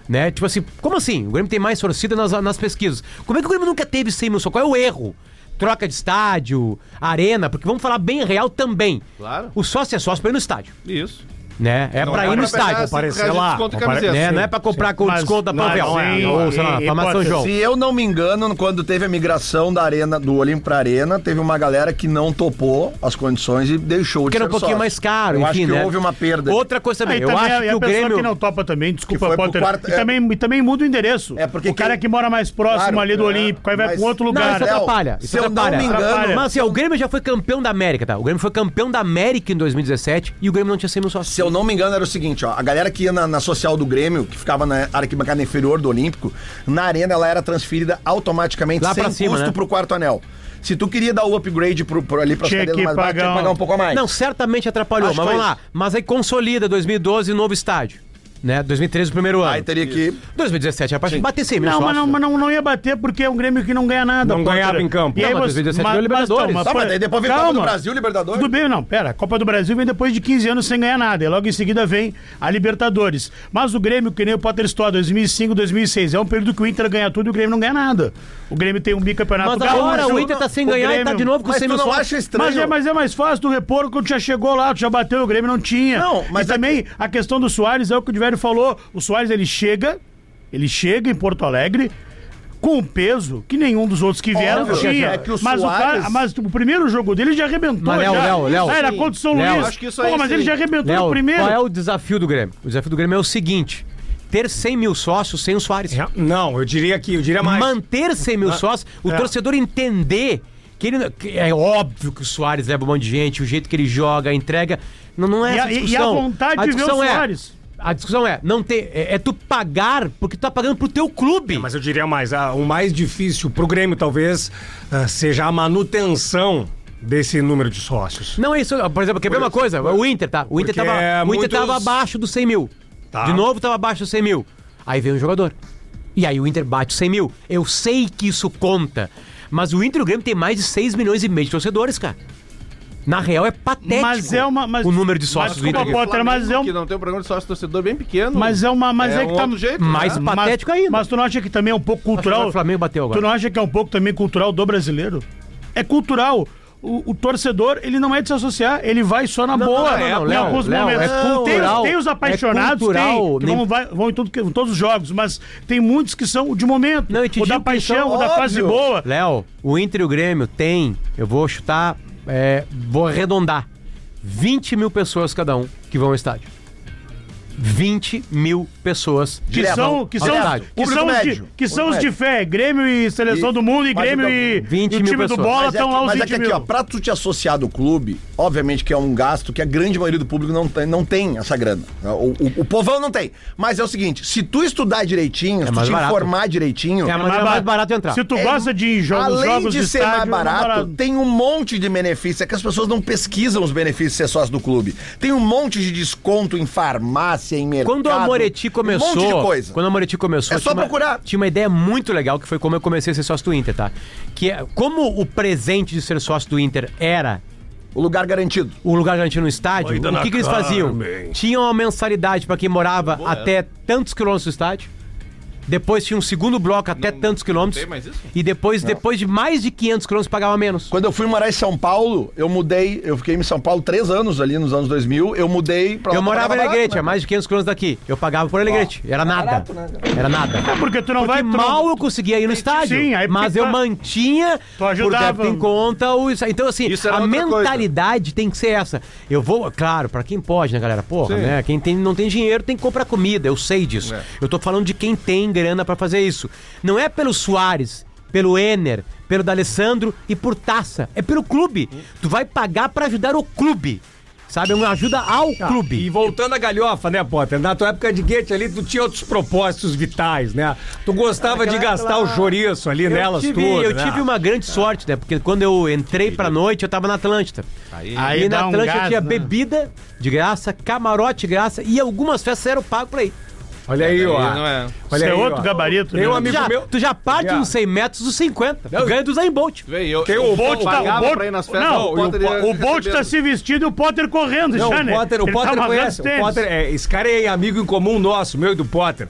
Né? Tipo assim, como assim? O Grêmio tem mais torcida nas, nas pesquisas. Como é que o Grêmio nunca teve 100 mil só? Qual é o erro? Troca de estádio, arena, porque vamos falar bem real também.
Claro.
O sócio é sócio pra ir no estádio,
Isso.
né? É pra ir no estádio.
aparecer lá,
Aparecer,
Né? Não é pra comprar com
Mas-
desconto da
mas
Panvel.
em-
Ou sei lá,
em
pra Maçã
hipótese,
João.
Se eu não me engano, quando teve a migração da arena do Olímpico pra Arena, teve uma galera que não topou as condições e deixou
Porque
de
era
ser
um pouquinho
sócio.
mais caro,
Eu
enfim,
acho que
né?
houve uma perda.
Outra coisa também,
Aí
eu
também
acho
é- é
que
a
o
pessoa
Grêmio...
que não topa também,
Que foi
desculpa,
pro
Potter.
quarto-
e,
é.
também, e também muda o endereço.
É, porque
o cara
quem-
que mora mais próximo
Claro,
ali do
é,
Olímpico, aí vai
mas- é
pra um outro
Não,
lugar.
isso
Léo,
atrapalha. Isso
se eu não
atrapalha.
me engano-
Atrapalha. Mas assim, ó, o Grêmio já foi campeão da América, tá? O Grêmio foi campeão da América em 2017 e o Grêmio não tinha 100 mil sócios.
Se eu não me engano, era o seguinte, ó. A galera que ia na, na social do Grêmio, que ficava na arquibancada inferior do Olímpico, na arena ela era transferida automaticamente
Lá
sem
pra cima,
custo
né?
pro quarto anel. Se tu queria dar o upgrade pro, pro, ali pra
Tinha que pagar
tinha que pagar um
um-
pouco a mais.
Não, certamente atrapalhou,
Acho
mas
que
vamos
foi
lá. Mas aí consolida 2012, novo estádio. Né? 2013, o primeiro ano.
Aí teria que.
2017, rapaz, é bater 100 mil
é
Não, mas
sócios.
não, tá mas não, não ia bater porque é um Grêmio que não ganha nada.
Não
Potter.
ganhava em campo.
E aí
Não, mas
você,
2017
mas-
ganhou Libertadores.
mas-
Tá, mas daí depois vem Copa do
Calma.
Brasil, Libertadores.
Tudo bem, não, pera. A Copa do Brasil vem depois de 15 anos sem ganhar nada. E logo em seguida vem a Libertadores. Mas o Grêmio, que nem o Potter Store, 2005, 2006, é um período que o Inter ganha tudo e o Grêmio não ganha nada. O Grêmio tem um bicampeonato
Mas agora
gaúcho,
o Inter tá sem ganhar e tá
Grêmio-
de novo com
Mas tu
100 mil
não
sócios.
acha estranho?
Mas é, mas é mais fácil do repor quando já chegou lá, tu já bateu, o Grêmio não tinha.
Não, mas
e
é
também a questão do Soares é o que o Diverio falou. O Soares ele chega, ele chega em Porto Alegre com um peso que nenhum dos outros que vieram
Óbvio,
tinha.
é que o
mas,
Suárez-
o cara, mas o primeiro jogo dele já arrebentou.
Mas, Léo,
já.
Léo, Léo.
Ah, era
Sim.
contra o São
Léo,
Luís.
acho que isso aí
Pô, mas
sim.
ele já arrebentou
Léo,
no primeiro.
Qual é o desafio do Grêmio? O desafio do Grêmio é o seguinte: ter 100 mil sócios sem o Soares.
É, Não, eu diria que, eu diria mais.
manter 100
Ah,
mil sócios,
é.
o torcedor entender que ele. que é óbvio que o Soares leva um monte de gente, o jeito que ele joga, a entrega. Não, não é
E
essa
a- e- e a
discussão.
vontade de ver o
discussão é-
Soares.
a discussão é, não ter, é, é tu pagar porque tu tá pagando pro teu clube.
É, Mas eu diria mais, ah, o mais difícil pro Grêmio talvez ah, seja a manutenção desse número de sócios.
Não é isso, por exemplo, quer ver uma coisa? O Inter, tá? O Inter,
Porque é
tava, o Inter
muitos-
tava abaixo dos 100 mil.
Tá.
De novo tava abaixo dos 100 mil. Aí vem um jogador. E aí o Inter bate os 100 mil. Eu sei que isso conta. Mas o Inter e o Grêmio tem mais de 6 milhões e meio de torcedores, cara. Na real é patético
Mas é uma- mas-
o número de
mas
sócios do Inter.
desculpa, Potter, mas
Flamengo,
é um-
Que não tem um programa de sócio torcedor bem pequeno.
Mas é uma. Mas é,
É
que
um
tá.
outro jeito,
Mais
né?
Mas-
patético ainda.
Mas tu não acha que também é um pouco
Afinal,
cultural?
o Flamengo bateu agora.
Tu não acha que é um pouco também cultural do brasileiro? É cultural. O, o torcedor, ele não é de se associar, ele vai só na
não, não,
boa.
não, Léo,
em alguns
Léo,
momentos.
é cultural,
tem, tem os apaixonados,
é cultural,
tem, que
nem-
vão, vai- vão em, tudo que- em todos os jogos, mas tem muitos que são de momento.
Não, eu te
o da
digo que
paixão,
são
o da fase
óbvio.
boa.
Léo, o Inter e o Grêmio tem, eu vou chutar, é, vou arredondar, 20 mil pessoas cada um que vão ao estádio. 20 mil pessoas
Que
direto
são, que
ao
são,
estádio.
que
Público
são, os, de,
médio.
que são os
Público
de fé, Grêmio e Seleção
E-
do Mundo, e
mas
Grêmio
o-
e,
20
e o
então, mil
time do
pessoas.
Bola
Mas é
estão
que-
lá os
mas é
20
que aqui,
mil.
ó, pra tu te associar do clube, obviamente que é um gasto que a grande maioria do público não tem, não tem essa grana. É, O, o- o povão não tem. Mas é o seguinte, se tu estudar direitinho, se tu
mais
te
barato.
informar direitinho...
É a maneira mais barata de entrar.
Se tu
é-
gosta de ir em jogos,
Além
jogos
de
de
ser
estádio,
mais barato,
é
tem um monte de benefício. É que as pessoas não pesquisam os benefícios de ser sócio do clube. Tem um monte de desconto em farmácia, em mercado.
Quando a Moretti começou.
Um monte de coisa.
Quando a Moretti começou.
É só
tinha uma-
procurar.
tinha uma ideia muito legal que foi como eu comecei a ser sócio do Inter, tá? Que é como o presente de ser sócio do Inter era
O lugar garantido.
o lugar garantido no estádio, o que, que eles faziam? Tinham uma mensalidade pra quem morava até
é.
tantos quilômetros do estádio. Depois tinha um segundo bloco até tantos quilômetros.
tem mais isso?
E depois, depois de mais de 500 quilômetros, pagava menos.
Quando eu fui morar em São Paulo, eu mudei. Eu fiquei em São Paulo três anos ali nos anos 2000. Eu mudei pra lá. pra
Eu morava em
pagar
Alegrete, a
barato, né? tá
mais de 500 quilômetros daqui. Eu pagava por Alegrete. Era nada. Era nada.
porque tu não vai...
Porque
tu não-
mal eu conseguia ir no estádio,
Sim, aí
mas
porque
eu
tu-
mantinha
tu ajudava.
por dentro em conta o isso. Então assim,
Isso era
a
outra coisa.
mentalidade tem que ser essa. Eu vou, claro, pra quem pode, né, galera? Porra, né? Quem tem, não tem dinheiro tem que comprar comida, eu sei disso.
É.
Eu tô falando de quem tem grana pra fazer isso. Não é pelo Soares, pelo Ener, pelo D'Alessandro e por taça, é pelo clube. Tu vai pagar pra ajudar o clube. Sabe, É uma ajuda ao
Ah,
clube.
Ah, E voltando à galhofa, né, Potter? Na tua época de guete ali, tu tinha outros propósitos vitais, né? Tu gostava de gastar o chouriço ali nelas
tive,
tudo,
eu
né?
tive uma grande
Ah.
sorte, né? Porque quando eu entrei pra noite, eu tava na Atlântida.
Aí
e na
dá um
Atlântida
gás,
tinha
né?
bebida de graça, camarote de graça e algumas festas eram pago pra ir.
Olha aí, ó.
não é.
Olha
Isso é
aí,
outro
ó.
gabarito.
Tem
né?
um amigo
já,
meu-
Tu já parte
Já.
dos 100 metros dos 50. Tu ganha do Zayn Bolt.
Vem, eu,
Quem
eu
o Bolt tá-
pagava
o Bolt-
pra ir nas festas,
não,
um o Potter
o
ia
Po- o Bolt
recebendo.
tá se vestindo e o Potter correndo
Não,
já, né?
o Potter, o
Ele tá
Potter
amarrando os
conhece. O
tênis.
Potter é, esse cara é amigo em comum nosso, meu e do Potter.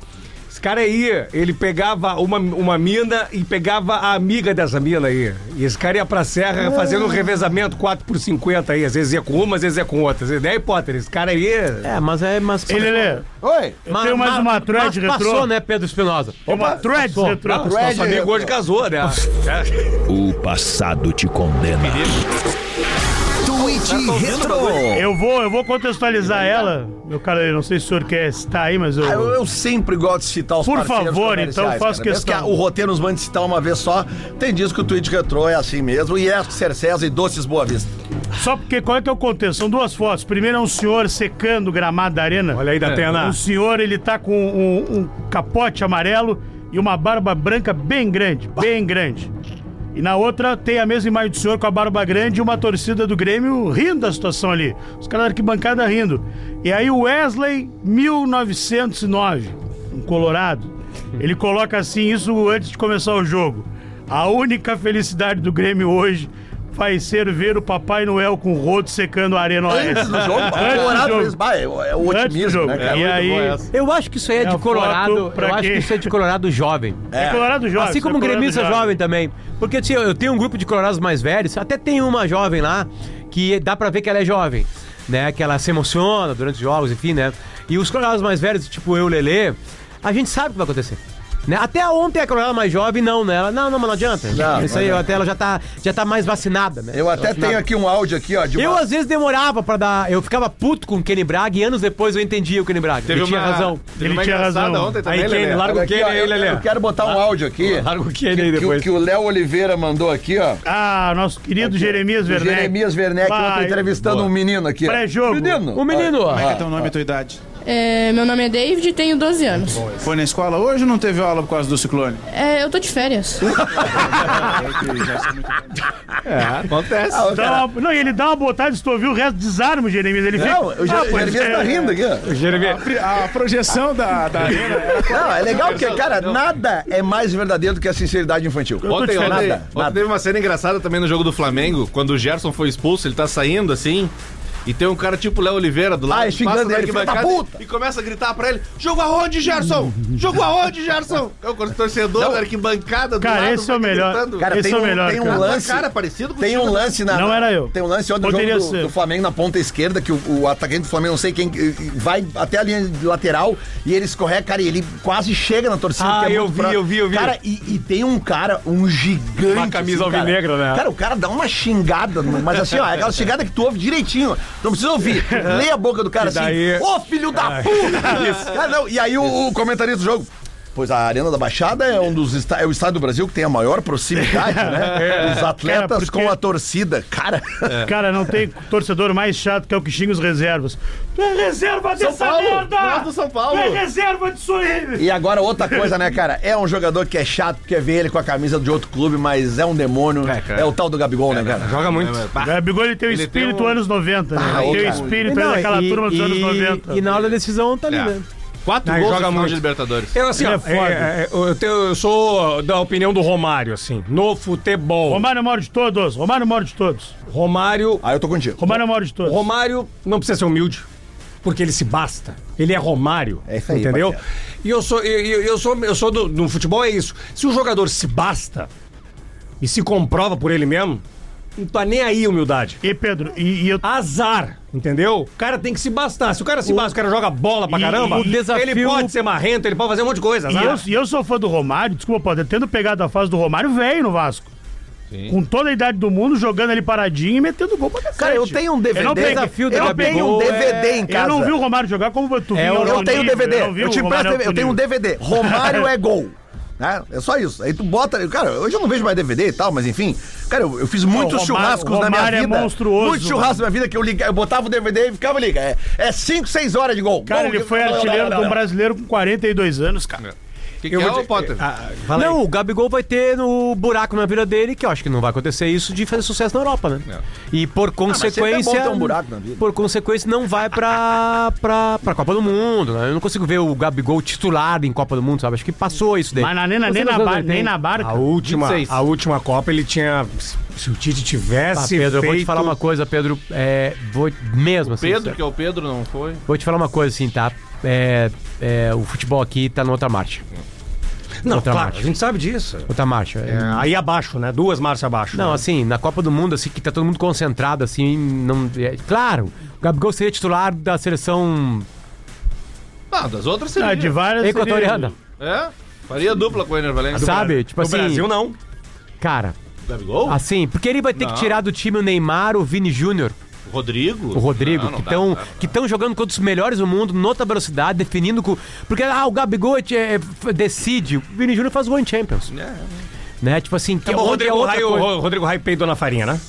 Esse cara aí, ele pegava uma, uma mina e pegava a amiga dessa mina aí. E esse cara ia pra serra fazendo um revezamento 4 por 50 aí. Às vezes ia com uma, às vezes ia com outra. Né, Potter? Esse cara aí.
É, mas é. Mas,
Ei, Lelê,
Oi!
eu tenho mais uma thread
mas
retrô.
Passou, né, Pedro Espinosa?
Tem uma thread retrô.
Nosso amigo
é,
hoje casou, né?
O passado te condena.
Tweet Retro.
Eu vou, eu vou contextualizar ela. Meu cara, eu não sei se o senhor quer estar aí, mas eu.
Ah, Eu, eu sempre gosto de citar os
Por
parceiros
favor,
comerciais,
então, faço
cara. Mesmo
questão.
que a- o roteiro nos mande citar uma vez só. Tem disso que o tweet retrô é assim mesmo. E é Cercesa e Doces Boa Vista.
Só porque qual é que é o contexto? São duas fotos. Primeiro é um senhor secando o gramado da arena.
Olha aí, Datena.
O senhor, ele tá com um, um capote amarelo e uma barba branca bem grande, bem grande. E na outra tem a mesma imagem do senhor com a barba grande e uma torcida do Grêmio rindo da situação ali. Os caras da arquibancada rindo. E aí o Wesley, 1909, um colorado, ele coloca assim isso antes de começar o jogo. A única felicidade do Grêmio hoje vai ser ver o Papai Noel com o rodo secando a Arena Oeste.
Antes do jogo,
Ah, é. Antes do
Colorado
jogo.
fez- bah, é, o- é o
Antes do
otimismo,
jogo.
né, cara?
e aí,
Eu acho que isso aí é,
É
de
a
Colorado.
foto pra
Eu acho
quê?
que isso é de Colorado jovem.
é Colorado jovem.
Assim como
é
um
Colorado
gremista jovem. também. Porque assim, eu eu tenho um grupo de colorados mais velhos, até tem uma jovem lá que dá pra ver que ela é jovem, né? Que ela se emociona durante os jogos, enfim, né? E os colorados mais velhos, tipo eu, Lelê, a gente sabe o que vai acontecer. Né? Até ontem a colorada mais jovem, não, né? Ela, não, não, mas não adianta.
Não, é.
Isso aí, até ela já tá, já tá mais vacinada, né?
Eu até tenho aqui um áudio aqui, ó. De uma-
Eu às vezes demorava pra dar. Eu ficava puto com o Kenny Braga e anos depois eu entendia o Kenny Braga.
Teve
ele tinha
uma-
razão.
Teve
Ele
uma
tinha
engraçada
razão.
ontem
Aí,
também,
Kenny,
Lelê.
larga
Olha
o
aqui,
Kenny
ó,
aí,
eu-
Lelê.
Eu quero botar um áudio aqui.
Larga o Kenny aí
que, o-
depois.
que o Léo Oliveira mandou aqui, ó.
Ah, nosso querido Jeremias
O
Werneck.
Jeremias Werneck,
Vai,
ontem entrevistando um menino aqui. ó.
Pré-jogo.
Menino.
O menino, ó.
Teu nome e tua idade.
É, meu nome é David e tenho 12 anos.
Foi na escola hoje ou não teve aula por causa do ciclone?
É, eu tô de férias.
Acontece.
Ah,
Dá
cara,
uma- Tá, não, e ele dá uma botada, se tu ouvir o resto, desarma o Jeremias. Ele fica.
Não, o Jer-
Ah, pois
Jeremias
é.
tá rindo aqui. ó.
A projeção da, da arena era
Não, é legal porque, cara, nada é mais verdadeiro do que a sinceridade infantil.
Ontem, ontem,
Nada,
ontem
nada.
teve uma cena engraçada também no jogo do Flamengo, quando o Gerson foi expulso, ele tá saindo assim. E tem um cara tipo o Léo Oliveira do lado,
Ah, xingando
passa na
ele, filho da
arquibancada
puta!
e começa a gritar pra ele: Jogo aonde, Gerson? Jogo aonde, Gerson? É o torcedor da arquibancada do
Cara,
lado.
esse é o
vai
melhor.
gritando.
né, Cara,
Esse
tem
é o
um,
melhor,
tem um
cara.
lance.
Cara, parecido com o
Tem
time
um
da-
lance na.
Não era eu.
Tem um lance ontem no
Poderia
jogo do,
ser.
do Flamengo na ponta esquerda, que o, o atacante do Flamengo, não sei quem, eh, vai até a linha de lateral e ele escorrega, cara, e ele quase chega na torcida.
Ah,
que é
eu
muito
vi, eu vi, eu vi.
Cara, e, e tem um cara, um gigante.
Uma camisa
cara.
alvinegra, né?
Cara, o cara dá uma xingada, mas assim, ó, é aquela xingada que tu ouve direitinho. Não precisa ouvir. Lê a boca do cara
E daí-
assim. Ô, filho da
Ai.
puta! Isso. Cara, não, E aí o, o comentarista do jogo. Pois a Arena da Baixada é um dos esta- é o estado do Brasil que tem a maior proximidade, né?
É.
Os atletas
Cara, porque-
com a torcida. Cara.
Cara, não tem torcedor mais chato que é o que xinga os reservas. Tu é reserva
São
dessa
Paulo!
merda!
Nós do São Paulo!
Tu é reserva disso aí!
E agora outra coisa, né, cara? É um jogador que é chato porque vê ele com a camisa de outro clube, mas é um demônio. É, o tal do Gabigol, né, cara?
Joga muito.
É, Gabigol, ele tem o
Ele tem
espírito
um-
anos 90, né?
Ah, ô,
tem o
cara.
espírito é daquela turma dos anos 90.
E na hora da decisão tá ali,
É.
né?
Quatro
Ah, ele
gols
joga
joga final
muito.
de Libertadores.
Eu, assim,
Ele
ó,
é foda.
é, é, eu, tenho- eu sou da opinião do Romário, assim, no futebol.
Romário mora de todos, Romário mora de todos.
Romário,
Ah, eu tô contigo.
Romário mora de todos.
Romário não precisa ser humilde, porque ele se basta. Ele é Romário,
É isso aí,
entendeu?
parceiro.
E eu sou, eu, eu- eu sou, eu sou do, no futebol é isso. Se o jogador se basta e se comprova por ele mesmo, não tá nem aí humildade.
E Pedro, e, e eu.
Azar, entendeu? O cara tem que se bastar. Se o cara se basta, o cara joga bola pra
E-
caramba,
o
desafio-
ele pode ser marrento, ele pode fazer um monte de coisa.
E
Azar.
eu, e eu sou fã do Romário, desculpa, Potter, tendo pegado a fase do Romário, velho no Vasco. Com toda a idade do mundo, jogando ali paradinho e metendo gol pra cacete.
Cara, eu tenho um DVD.
Eu não peguei-
Desafio do
eu
Gabigol
tenho um DVD em
Eu
casa.
não vi o Romário jogar como tu viu.
Eu, eu tenho DVD. Eu,
vi o
te
Romário
empresto DVD.
alto
Eu tenho um
nível.
DVD. Romário é gol. Né? É só isso. Aí tu bota. Cara, hoje eu não vejo mais DVD e tal, mas enfim. Cara, eu, eu fiz muitos
Romário-
churrascos na
Romário
minha
é
vida.
monstruoso,
Muitos churrascos na minha vida que eu, ligava, eu botava o DVD e ficava ali. É 5, 6 horas de gol.
Cara,
Gol,
ele
gol,
foi
gol, gol,
artilheiro
gol,
de
gol,
um
gol.
brasileiro com 42 anos, cara.
O que, que
Eu
é,
vou
ô
te-
Potter?
Ah, fala
não,
aí.
o Gabigol vai ter no buraco na vida dele, que eu acho que não vai acontecer isso, de fazer sucesso na Europa, né? E por consequência.
sempre é bom ter um buraco na vida.
Por consequência, não vai pra, pra, pra Copa do Mundo, né? Eu não consigo ver o Gabigol titular em Copa do Mundo, sabe? Acho que passou isso dele.
Mas é na- nem na-
Não sei
nem na
quantos
bar-
anos ele tem.
nem na barca.
A última,
26.
a última Copa ele tinha. se- Se o
Ah,
Tite
assim
tivesse.
Pedro, eu vou te
feito-
falar uma coisa, Pedro. É, vou mesmo assim.
Pedro, que é o Pedro, não foi?
Vou te falar uma coisa assim, tá? É, é, o futebol aqui tá na outra marcha.
Não,
outra
claro,
marcha.
a gente sabe disso.
Outra marcha.
É, aí abaixo, né? Duas marchas abaixo.
Não,
É.
né?
assim, na Copa do Mundo, assim, que tá todo mundo concentrado, assim, não. é, claro, o Gabigol seria titular da seleção
Ah, das outras
Ah,
seria.
de várias. seria-
equatoriana.
É? Faria dupla com o Ener Valencia.
Sabe? Tipo
no
assim.
Brasil não.
Cara,
Gabigol?
assim, porque ele vai ter
Não.
que tirar do time o Neymar, o Vini Júnior,
Rodrigo? Ah,
o Rodrigo,
Não, não
que um
dá,
estão
não dá.
que estão jogando contra os melhores do mundo, nota velocidade, definindo com. Porque, ah, o Gabigol é, é, f- decide. O Vini Júnior faz gol em Champions.
É.
Né? Tipo assim, que
Tá bom,
onde
Rodrigo,
outra
Raio,
coisa.
Ro- Rodrigo Raio peidou na farinha, né?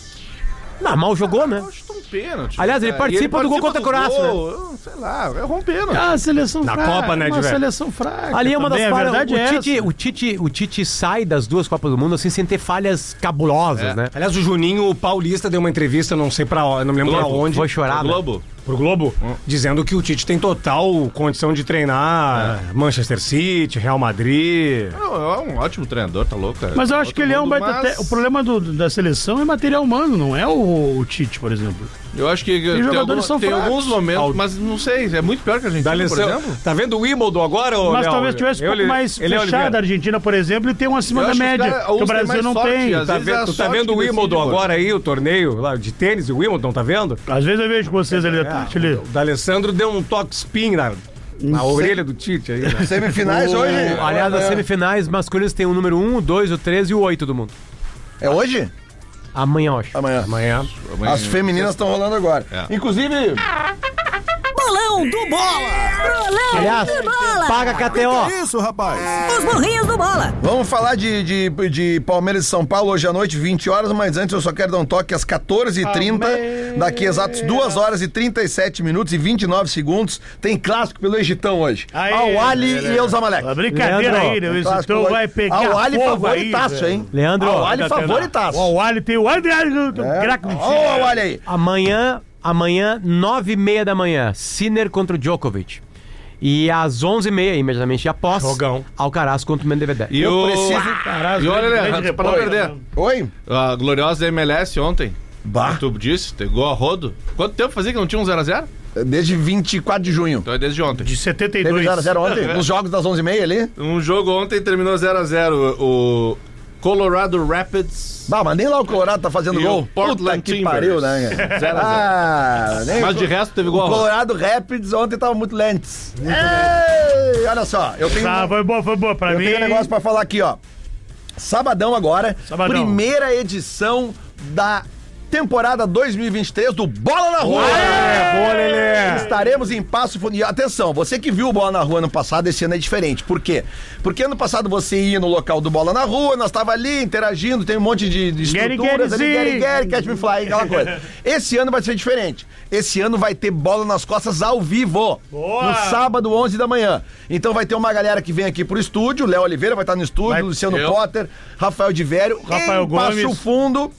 Não, mal jogou, né?
Eu acho que é um pênalti.
Aliás, ele
cara.
participa do gol contra
dos
a Croácia, né? Tá.
gols. Eu- Sei lá, é um pênalti.
Ah, seleção
Na
fraca.
Copa, né,
uma
de velho?
seleção fraca.
Ali é uma das
também, A
falhas.
verdade é
O Tite,
essa.
o, Tite, o Tite sai das duas Copas do Mundo assim sem ter falhas cabulosas,
É.
né?
Aliás, o Juninho Paulista deu uma entrevista, não sei pra onde, não me lembro pra onde.
Foi chorar,
O
né?
Tá Globo?
Pro Globo, dizendo que o Tite tem total condição de treinar Manchester City, Real Madrid.
Não, é um ótimo treinador, tá louco, cara.
Mas eu acho que ele é um
Outro mundo,
baita.
mas
te- O problema do- da seleção é material humano, não é o, o Tite, por exemplo.
Eu acho que tem,
jogadores
alguma-
são
tem
fracos.
alguns momentos,
Aldo.
mas não sei, é muito pior que a gente,
Dá
por
lição.
exemplo.
Tá vendo o Wimbledon agora? ô,
Mas
Léo?
talvez tivesse um
Eu,
pouco mais
ele é
fechada a
Oliveira.
Argentina, por exemplo, e tem um acima
Eu
da
acho que os
média.
cara-
que o
uns têm
Brasil
mais
não
sorte,
tem.
às vezes é
Tá
a
vendo, tu tá
sorte
vendo o
que decide,
Wimbledon
pô.
agora aí, o torneio lá de tênis, o Wimbledon, tá vendo?
Às vezes eu vejo com vocês
É,
ali da
Ah,
tarde. ali.
O D'Alessandro deu um toque spin na, na orelha do Tite aí, né? É.
Semifinais hoje.
O- aliás, nas semifinais masculinas tem o número 1, o 2, o 3 e o 8 do mundo.
É hoje?
Amanhã, eu acho.
Amanhã.
Amanhã.
As femininas estão rolando agora.
É.
Inclusive,
Bolão do Bola! Bolão
Aliás,
do Bola!
paga KTO.
Isso, rapaz.
Os burrinhos do Bola!
Vamos falar de, de, de Palmeiras e São Paulo hoje à noite, 20 horas, mas antes eu só quero dar um toque às 14h30. Daqui exatos 2 horas e 37 minutos e 29 segundos. Tem clássico pelo Egitão hoje.
Aê,
Ah,
Ao Ali e aos Amalek.
Uma brincadeira
Leandro,
aí, né? é, O
um Clássico
Isotão
hoje.
vai pegar.
Ao Ali
fogo
favoritaço,
aí,
hein?
Leandro,
Ao Ali favoritaço. É.
velho. O Ali tem o André, o craque do time.
Ó, o Ali aí.
amanhã, amanhã, 9 e meia da manhã, Sinner contra o Djokovic. E às 11 e meia, imediatamente após,
Jogão.
Alcaraz contra o Medvedev.
E
Eu
o-
Ah!
preciso-
Caralho,
E olha,
grande
Leandro, pra não
repórter,
perder.
né?
Oi?
A gloriosa MLS ontem.
Bah.
Tu disse, pegou a rodo. Quanto tempo fazia que não tinha um 0x0?
Desde 24 de junho.
Então é desde ontem.
De
Teve
72.
0x0 ontem, nos jogos das 11h30 ali.
Um jogo ontem terminou 0x0. O Colorado Rapids.
Bah, mas nem lá o Colorado tá fazendo
E
gol.
o Portland
Puta que
Timbers.
pariu, né? cara?
0 a 0.
Ah, nem
Mas de resto teve
O
gol a rodo.
Colorado Rapids ontem tava muito lentes. Ei, olha só, eu tenho,
Tá, foi boa, foi boa. Pra
eu
mim.
tenho um negócio pra falar aqui, ó. Sabadão agora,
Sabadão.
primeira edição da temporada 2023 do Bola na Rua. Estaremos em Passo Fundo. E atenção, você que viu o Bola na Rua ano passado, esse ano é diferente. Por quê? Porque ano passado você ia no local do Bola na Rua, nós tava ali interagindo, tem um monte de, de
Gary,
estruturas ali, Gary,
Garyzinho.
Gary, Catch Me Fly, aquela coisa. Esse ano vai ser diferente. Esse ano vai ter Bola nas Costas ao vivo.
Boa!
No sábado, 11 da manhã. Então vai ter uma galera que vem aqui pro estúdio, Léo Oliveira vai estar no estúdio, Luciano Potter, Rafael de Vério,
Rafael
em
Gomes.
Passo Fundo.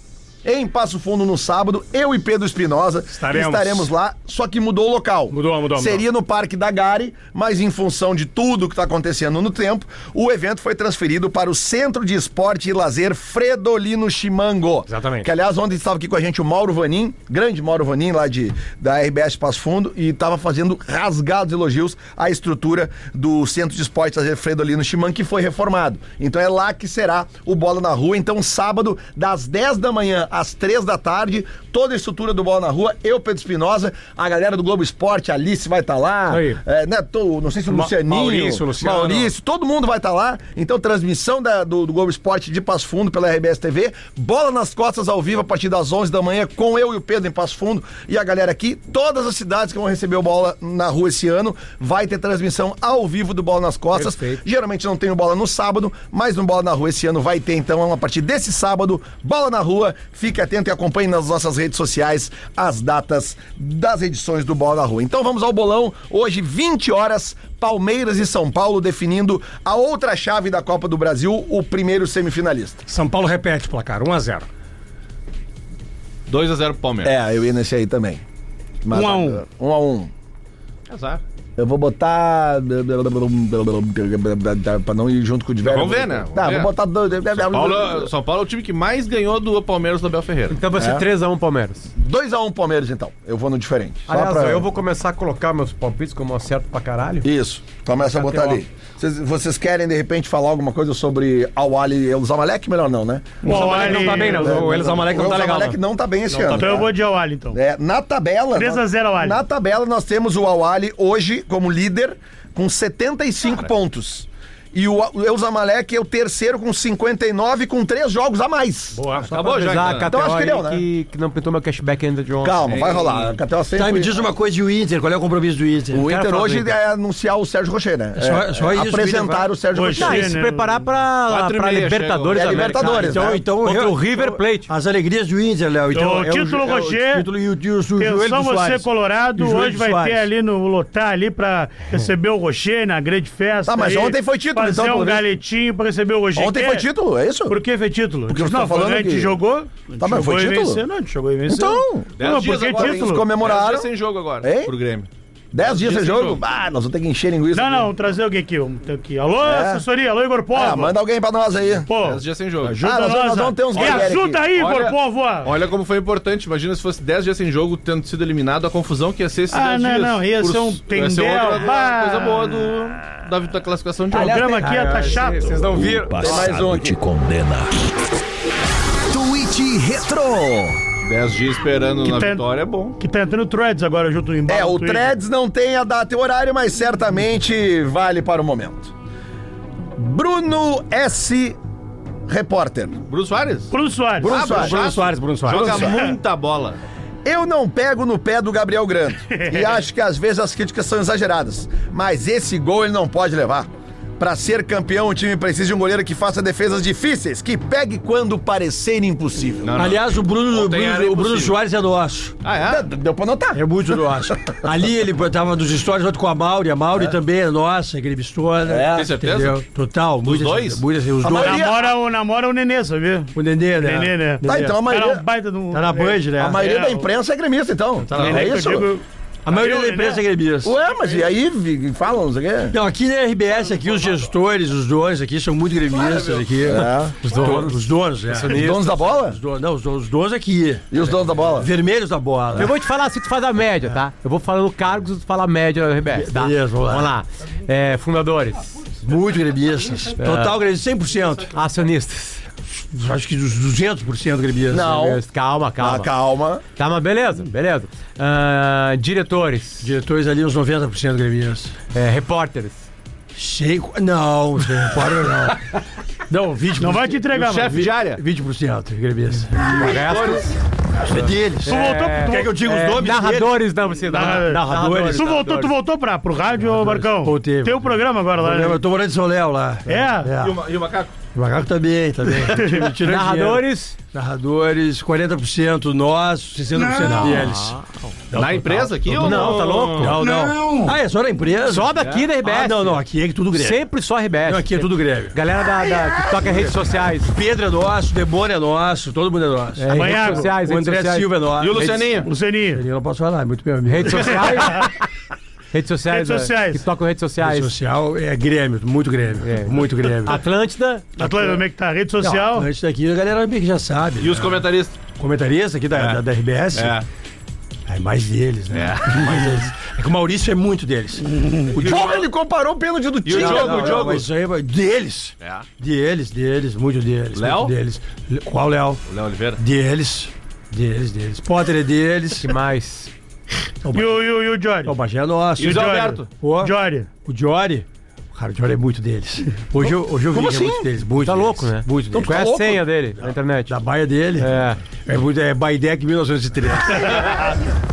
Em Passo Fundo no sábado, eu e Pedro Espinosa
Estaremos.
lá, só que mudou o local. Mudou,
mudou.
Seria no Parque da Gare, mas em função de tudo que está acontecendo no tempo, o evento foi transferido para o Centro de Esporte e Lazer Fredolino Chimango.
Exatamente.
Que, aliás, ontem estava aqui com a gente o Mauro Vanin, grande Mauro Vanin, lá de, da RBS Passo Fundo, e estava fazendo rasgados elogios à estrutura do Centro de Esporte Lazer Fredolino Chimango, que foi reformado. Então é lá que será o Bola na Rua. Então, sábado, das 10 da manhã às 3 da tarde, toda a estrutura do Bola na Rua, eu, Pedro Espinosa, a galera do Globo Esporte, a Alice vai estar lá,
Aí.
é, né, tô- não sei se o
Ma-
Lucianinho,
Maurício, Luciano.
Maurício, todo mundo vai estar lá. Então, transmissão da- do, do Globo Esporte de Passo Fundo pela RBS TV. Bola nas costas ao vivo a partir das 11 da manhã com eu e o Pedro em Passo Fundo e a galera aqui. Todas as cidades que vão receber o Bola na Rua esse ano vai ter transmissão ao vivo do Bola nas Costas. Geralmente não tem o Bola no sábado, mas no Bola na Rua esse ano vai ter. Então, a partir desse sábado, Bola na Rua. Fique atento e acompanhe nas nossas redes sociais as datas das edições do Bola na Rua. Então, vamos ao bolão. Hoje, 20 horas, Palmeiras e São Paulo definindo a outra chave da Copa do Brasil, o primeiro semifinalista.
São Paulo repete o placar, 1x0.
2x0 pro Palmeiras.
É, eu ia nesse aí também.
Um a um.
ah, Um a um.
É. Azar.
Eu vou botar. Pra não ir junto com o de velho.
Vamos ver, né? Vamos
Tá,
ver.
vou botar dois.
São Paulo, São Paulo é o time que mais ganhou do Palmeiras do Abel Ferreira.
Então vai ser
É.
3x1 Palmeiras.
2x1 Palmeiras, então. Eu vou no diferente. Só
Aliás,
pra-
eu vou começar a colocar meus palpites como eu acerto pra caralho.
Isso. Começa a botar
KTO.
ali. Vocês, vocês querem, de repente, falar alguma coisa sobre Awali e El Zamalek? Melhor não, né? É,
O Al Ahly não tá bem, né? O El Zamalek não tá
O El
legal,
Zamalek
não.
não tá bem esse ano.
Então eu
tá?
vou de Awali, então.
É, na tabela.
3 a 0 ao Al Ahly.
Na tabela nós temos o Al Ahly hoje como líder com 75 pontos. E o o El Zamalek é o terceiro com 59 com três jogos a mais.
Boa,
Tá
acabou já.
Avisar a
então.
Então acho que
KTO
deu,
aí
né?
que, que não pintou meu cashback ainda de ontem.
Calma, vai rolar. A KTO sempre-
Tá, me diz uma coisa e o Inter, qual é o compromisso do Inter?
O
Quero falar
Inter
do
hoje é anunciar o Sérgio Rocher, né?
Só- só isso,
apresentar
William,
o Sérgio
Hoje,
Rocher.
Ah, e se
né?
preparar pra,
Quatro e
pra
meia
Libertadores
chegou. É,
da América.
Libertadores,
Então,
né?
então
Contra
eu-
o River Plate. As alegrias do Inter, Léo.
Então,
Então, é
título
jo- é
Rocher.
o título e o, e o, o joelho
Atenção
do
você,
Soares. E
Colorado,
o joelho
hoje
do
vai
Soares.
ter ali no lotar ali pra receber o Rocher na grande festa.
Tá, mas
aí,
ontem foi título,
fazer
então, pelo
um
menos.
galetinho pra receber o Rocher.
Ontem
Que-
foi título, é isso?
Por que foi título?
Porque você tá
foi,
falando
né, A gente
que-
jogou.
Tá, mas foi
jogou e
título?
venceu, Não, a gente jogou e venceu.
Então,
Não, por que
agora, hein?
título?
Dez
comemoraram.
dias sem jogo agora
Hein?
pro Grêmio.
10 dias sem
sem
jogo?
jogo.
Ah, nós vamos ter que encher linguiça.
Não,
aqui.
não, vamos trazer alguém aqui. Vamos ter aqui. Alô,
É.
assessoria, alô, Igor Povo.
Ah, manda alguém pra nós aí.
Pô,
Dez dias sem jogo.
ajuda
Ah, nós vamos- nós vamos ter uns
Me
galera aqui.
ajuda aí, Igor
Olha-
Povo. ó.
Olha como foi importante. Imagina se fosse 10 dias sem jogo, tendo sido eliminado, a confusão que ia ser esses
Ah,
10
não,
dias.
não, ia
Por-
ser um tendel, Ah.
ia ser outra
bah.
coisa boa do, da, da classificação de
O
ontem.
programa aqui
Ah,
tá chato.
Vocês não
O
viram.
passado
um aqui.
te condena.
Twitch Retro.
10 dias esperando na
tá-
vitória é bom.
Que tá entrando o Threads agora junto em
É, o Threads não tem a data e o horário, mas certamente vale para o momento. Bruno S. Repórter.
Bruno Soares?
Bruno Soares.
Ah,
Bruno Soares.
Bruno
Soares, Bruno Soares.
Joga muita bola.
Eu não pego no pé do Gabriel Grando e acho que às vezes as críticas são exageradas, mas esse gol ele não pode levar. Pra ser campeão, o time precisa de um goleiro que faça defesas difíceis, que pegue quando parecer impossível.
Não, não.
Aliás, o Bruno, o
Ontem era
Bruno, o Bruno
impossível.
Soares é nosso.
Ah, é?
Deu- Deu pra notar.
É muito nosso. Ali ele tava nos stories junto com a Mauri. A Mauri também é nossa, gremistona. É.
Tem certeza?
Total. Os
dois?
Muitas, os
A
dois.
maioria-
Namora o, namora o Nenê, sabia?
O Nenê, né?
Nenê, né?
Tá, então a
Era
maioria,
um baita de um...
Tá na Band, né?
a maioria
É, Tá
da
o-
imprensa é gremista, então.
Nenê,
é
que eu
isso?
digo-
A maioria
Nenê,
da imprensa
né?
é gremista.
Ué, mas e aí vi- falam, não sei o quê?
Não, aqui na RBS, aqui os gestores, os donos aqui são muito gremistas aqui. Os donos. Os donos, é.
Os donos da bola?
Os donos, não, os donos, os donos aqui.
E os donos da bola?
Vermelhos da
Eu
bola.
vou te falar assim, tu faz a média, tá? Eu vou falando cargos, tu fala a média da RBS, tá?
Beleza, vamos lá.
Vamos lá. É, fundadores,
Muito gremistas. Total gremistas, 100%.
acionistas.
Acho que uns 200% gremistas.
Não.
Calma, calma.
Ah, calma.
Tá, mas beleza, beleza. Ah, diretores,
Diretores ali, uns 90% gremistas.
é, repórteres.
Sei. qu- Não, sem repórter não. Não, 20%.
Não vai te entregar, mano.
Chefe de área?
20% gremista.
Resto,
É deles.
Tu voltou?
É,
tu-
Quer que eu diga os nomes
narradores da cidade.
Narradores.
Narradores.
Tu voltou, tu voltou pra, pro rádio, ô Marcão?
Voltei.
Teu programa agora lá. né?
Eu tô morando em Soléu lá.
É?
E o ma- O macaco também, também.
Narradores?
Narradores, 40% nosso, 60%
Não. Ah.
deles.
Na empresa aqui ou não? tá
Não, não.
Não.
Ah, é só da empresa?
Só daqui
É.
da RBS.
Ah, não, não, aqui é tudo Grêmio.
Sempre só RBS.
Não, aqui é tudo Grêmio.
Galera da, da- que toca redes sociais.
Pedro é nosso, Debora é nosso, todo mundo é nosso.
É, redes Manhago. sociais,
o
redes
André
sociais.
Silva é nosso.
E o Lucianinho?
Redes-
Lucianinho.
Eu não posso falar, é muito meu amigo.
Redes sociais? Redes sociais.
Redes
né?
sociais.
Que tocam redes sociais.
Rede social é Grêmio, muito Grêmio. Muito Grêmio.
Ah, Atlântida.
Atlântida, como é que tá? Rede social?
Não, antes daqui a galera meio que já sabe. né?
E os comentaristas?
Comentarista aqui da, da, da RBS?
É.
É mais deles, né? É. Mais deles. É que o Maurício é muito deles. O
Porra, ele comparou o pênalti do
E o
Tigre.
jogo, o jogo. isso aí, vai- deles.
É.
Deles, deles, muito deles.
Léo?
muito Deles. Le- Qual Léo?
O Léo Oliveira.
Deles. Deles, deles. Potter é deles. que
mais?
E o, e o, e o Jory?
O Bagé é nosso.
E o Zé Alberto?
O
Jory.
O Jory. Cara, o Jory é muito deles. Hoje eu, hoje eu vi
Como
que
assim?
é muito deles. Muito
Tá
deles,
louco, né?
Muito
Então tu tá
deles.
Qual é a louco? senha dele na internet?
Da baia dele?
É.
É, muito, é Baidec 1903.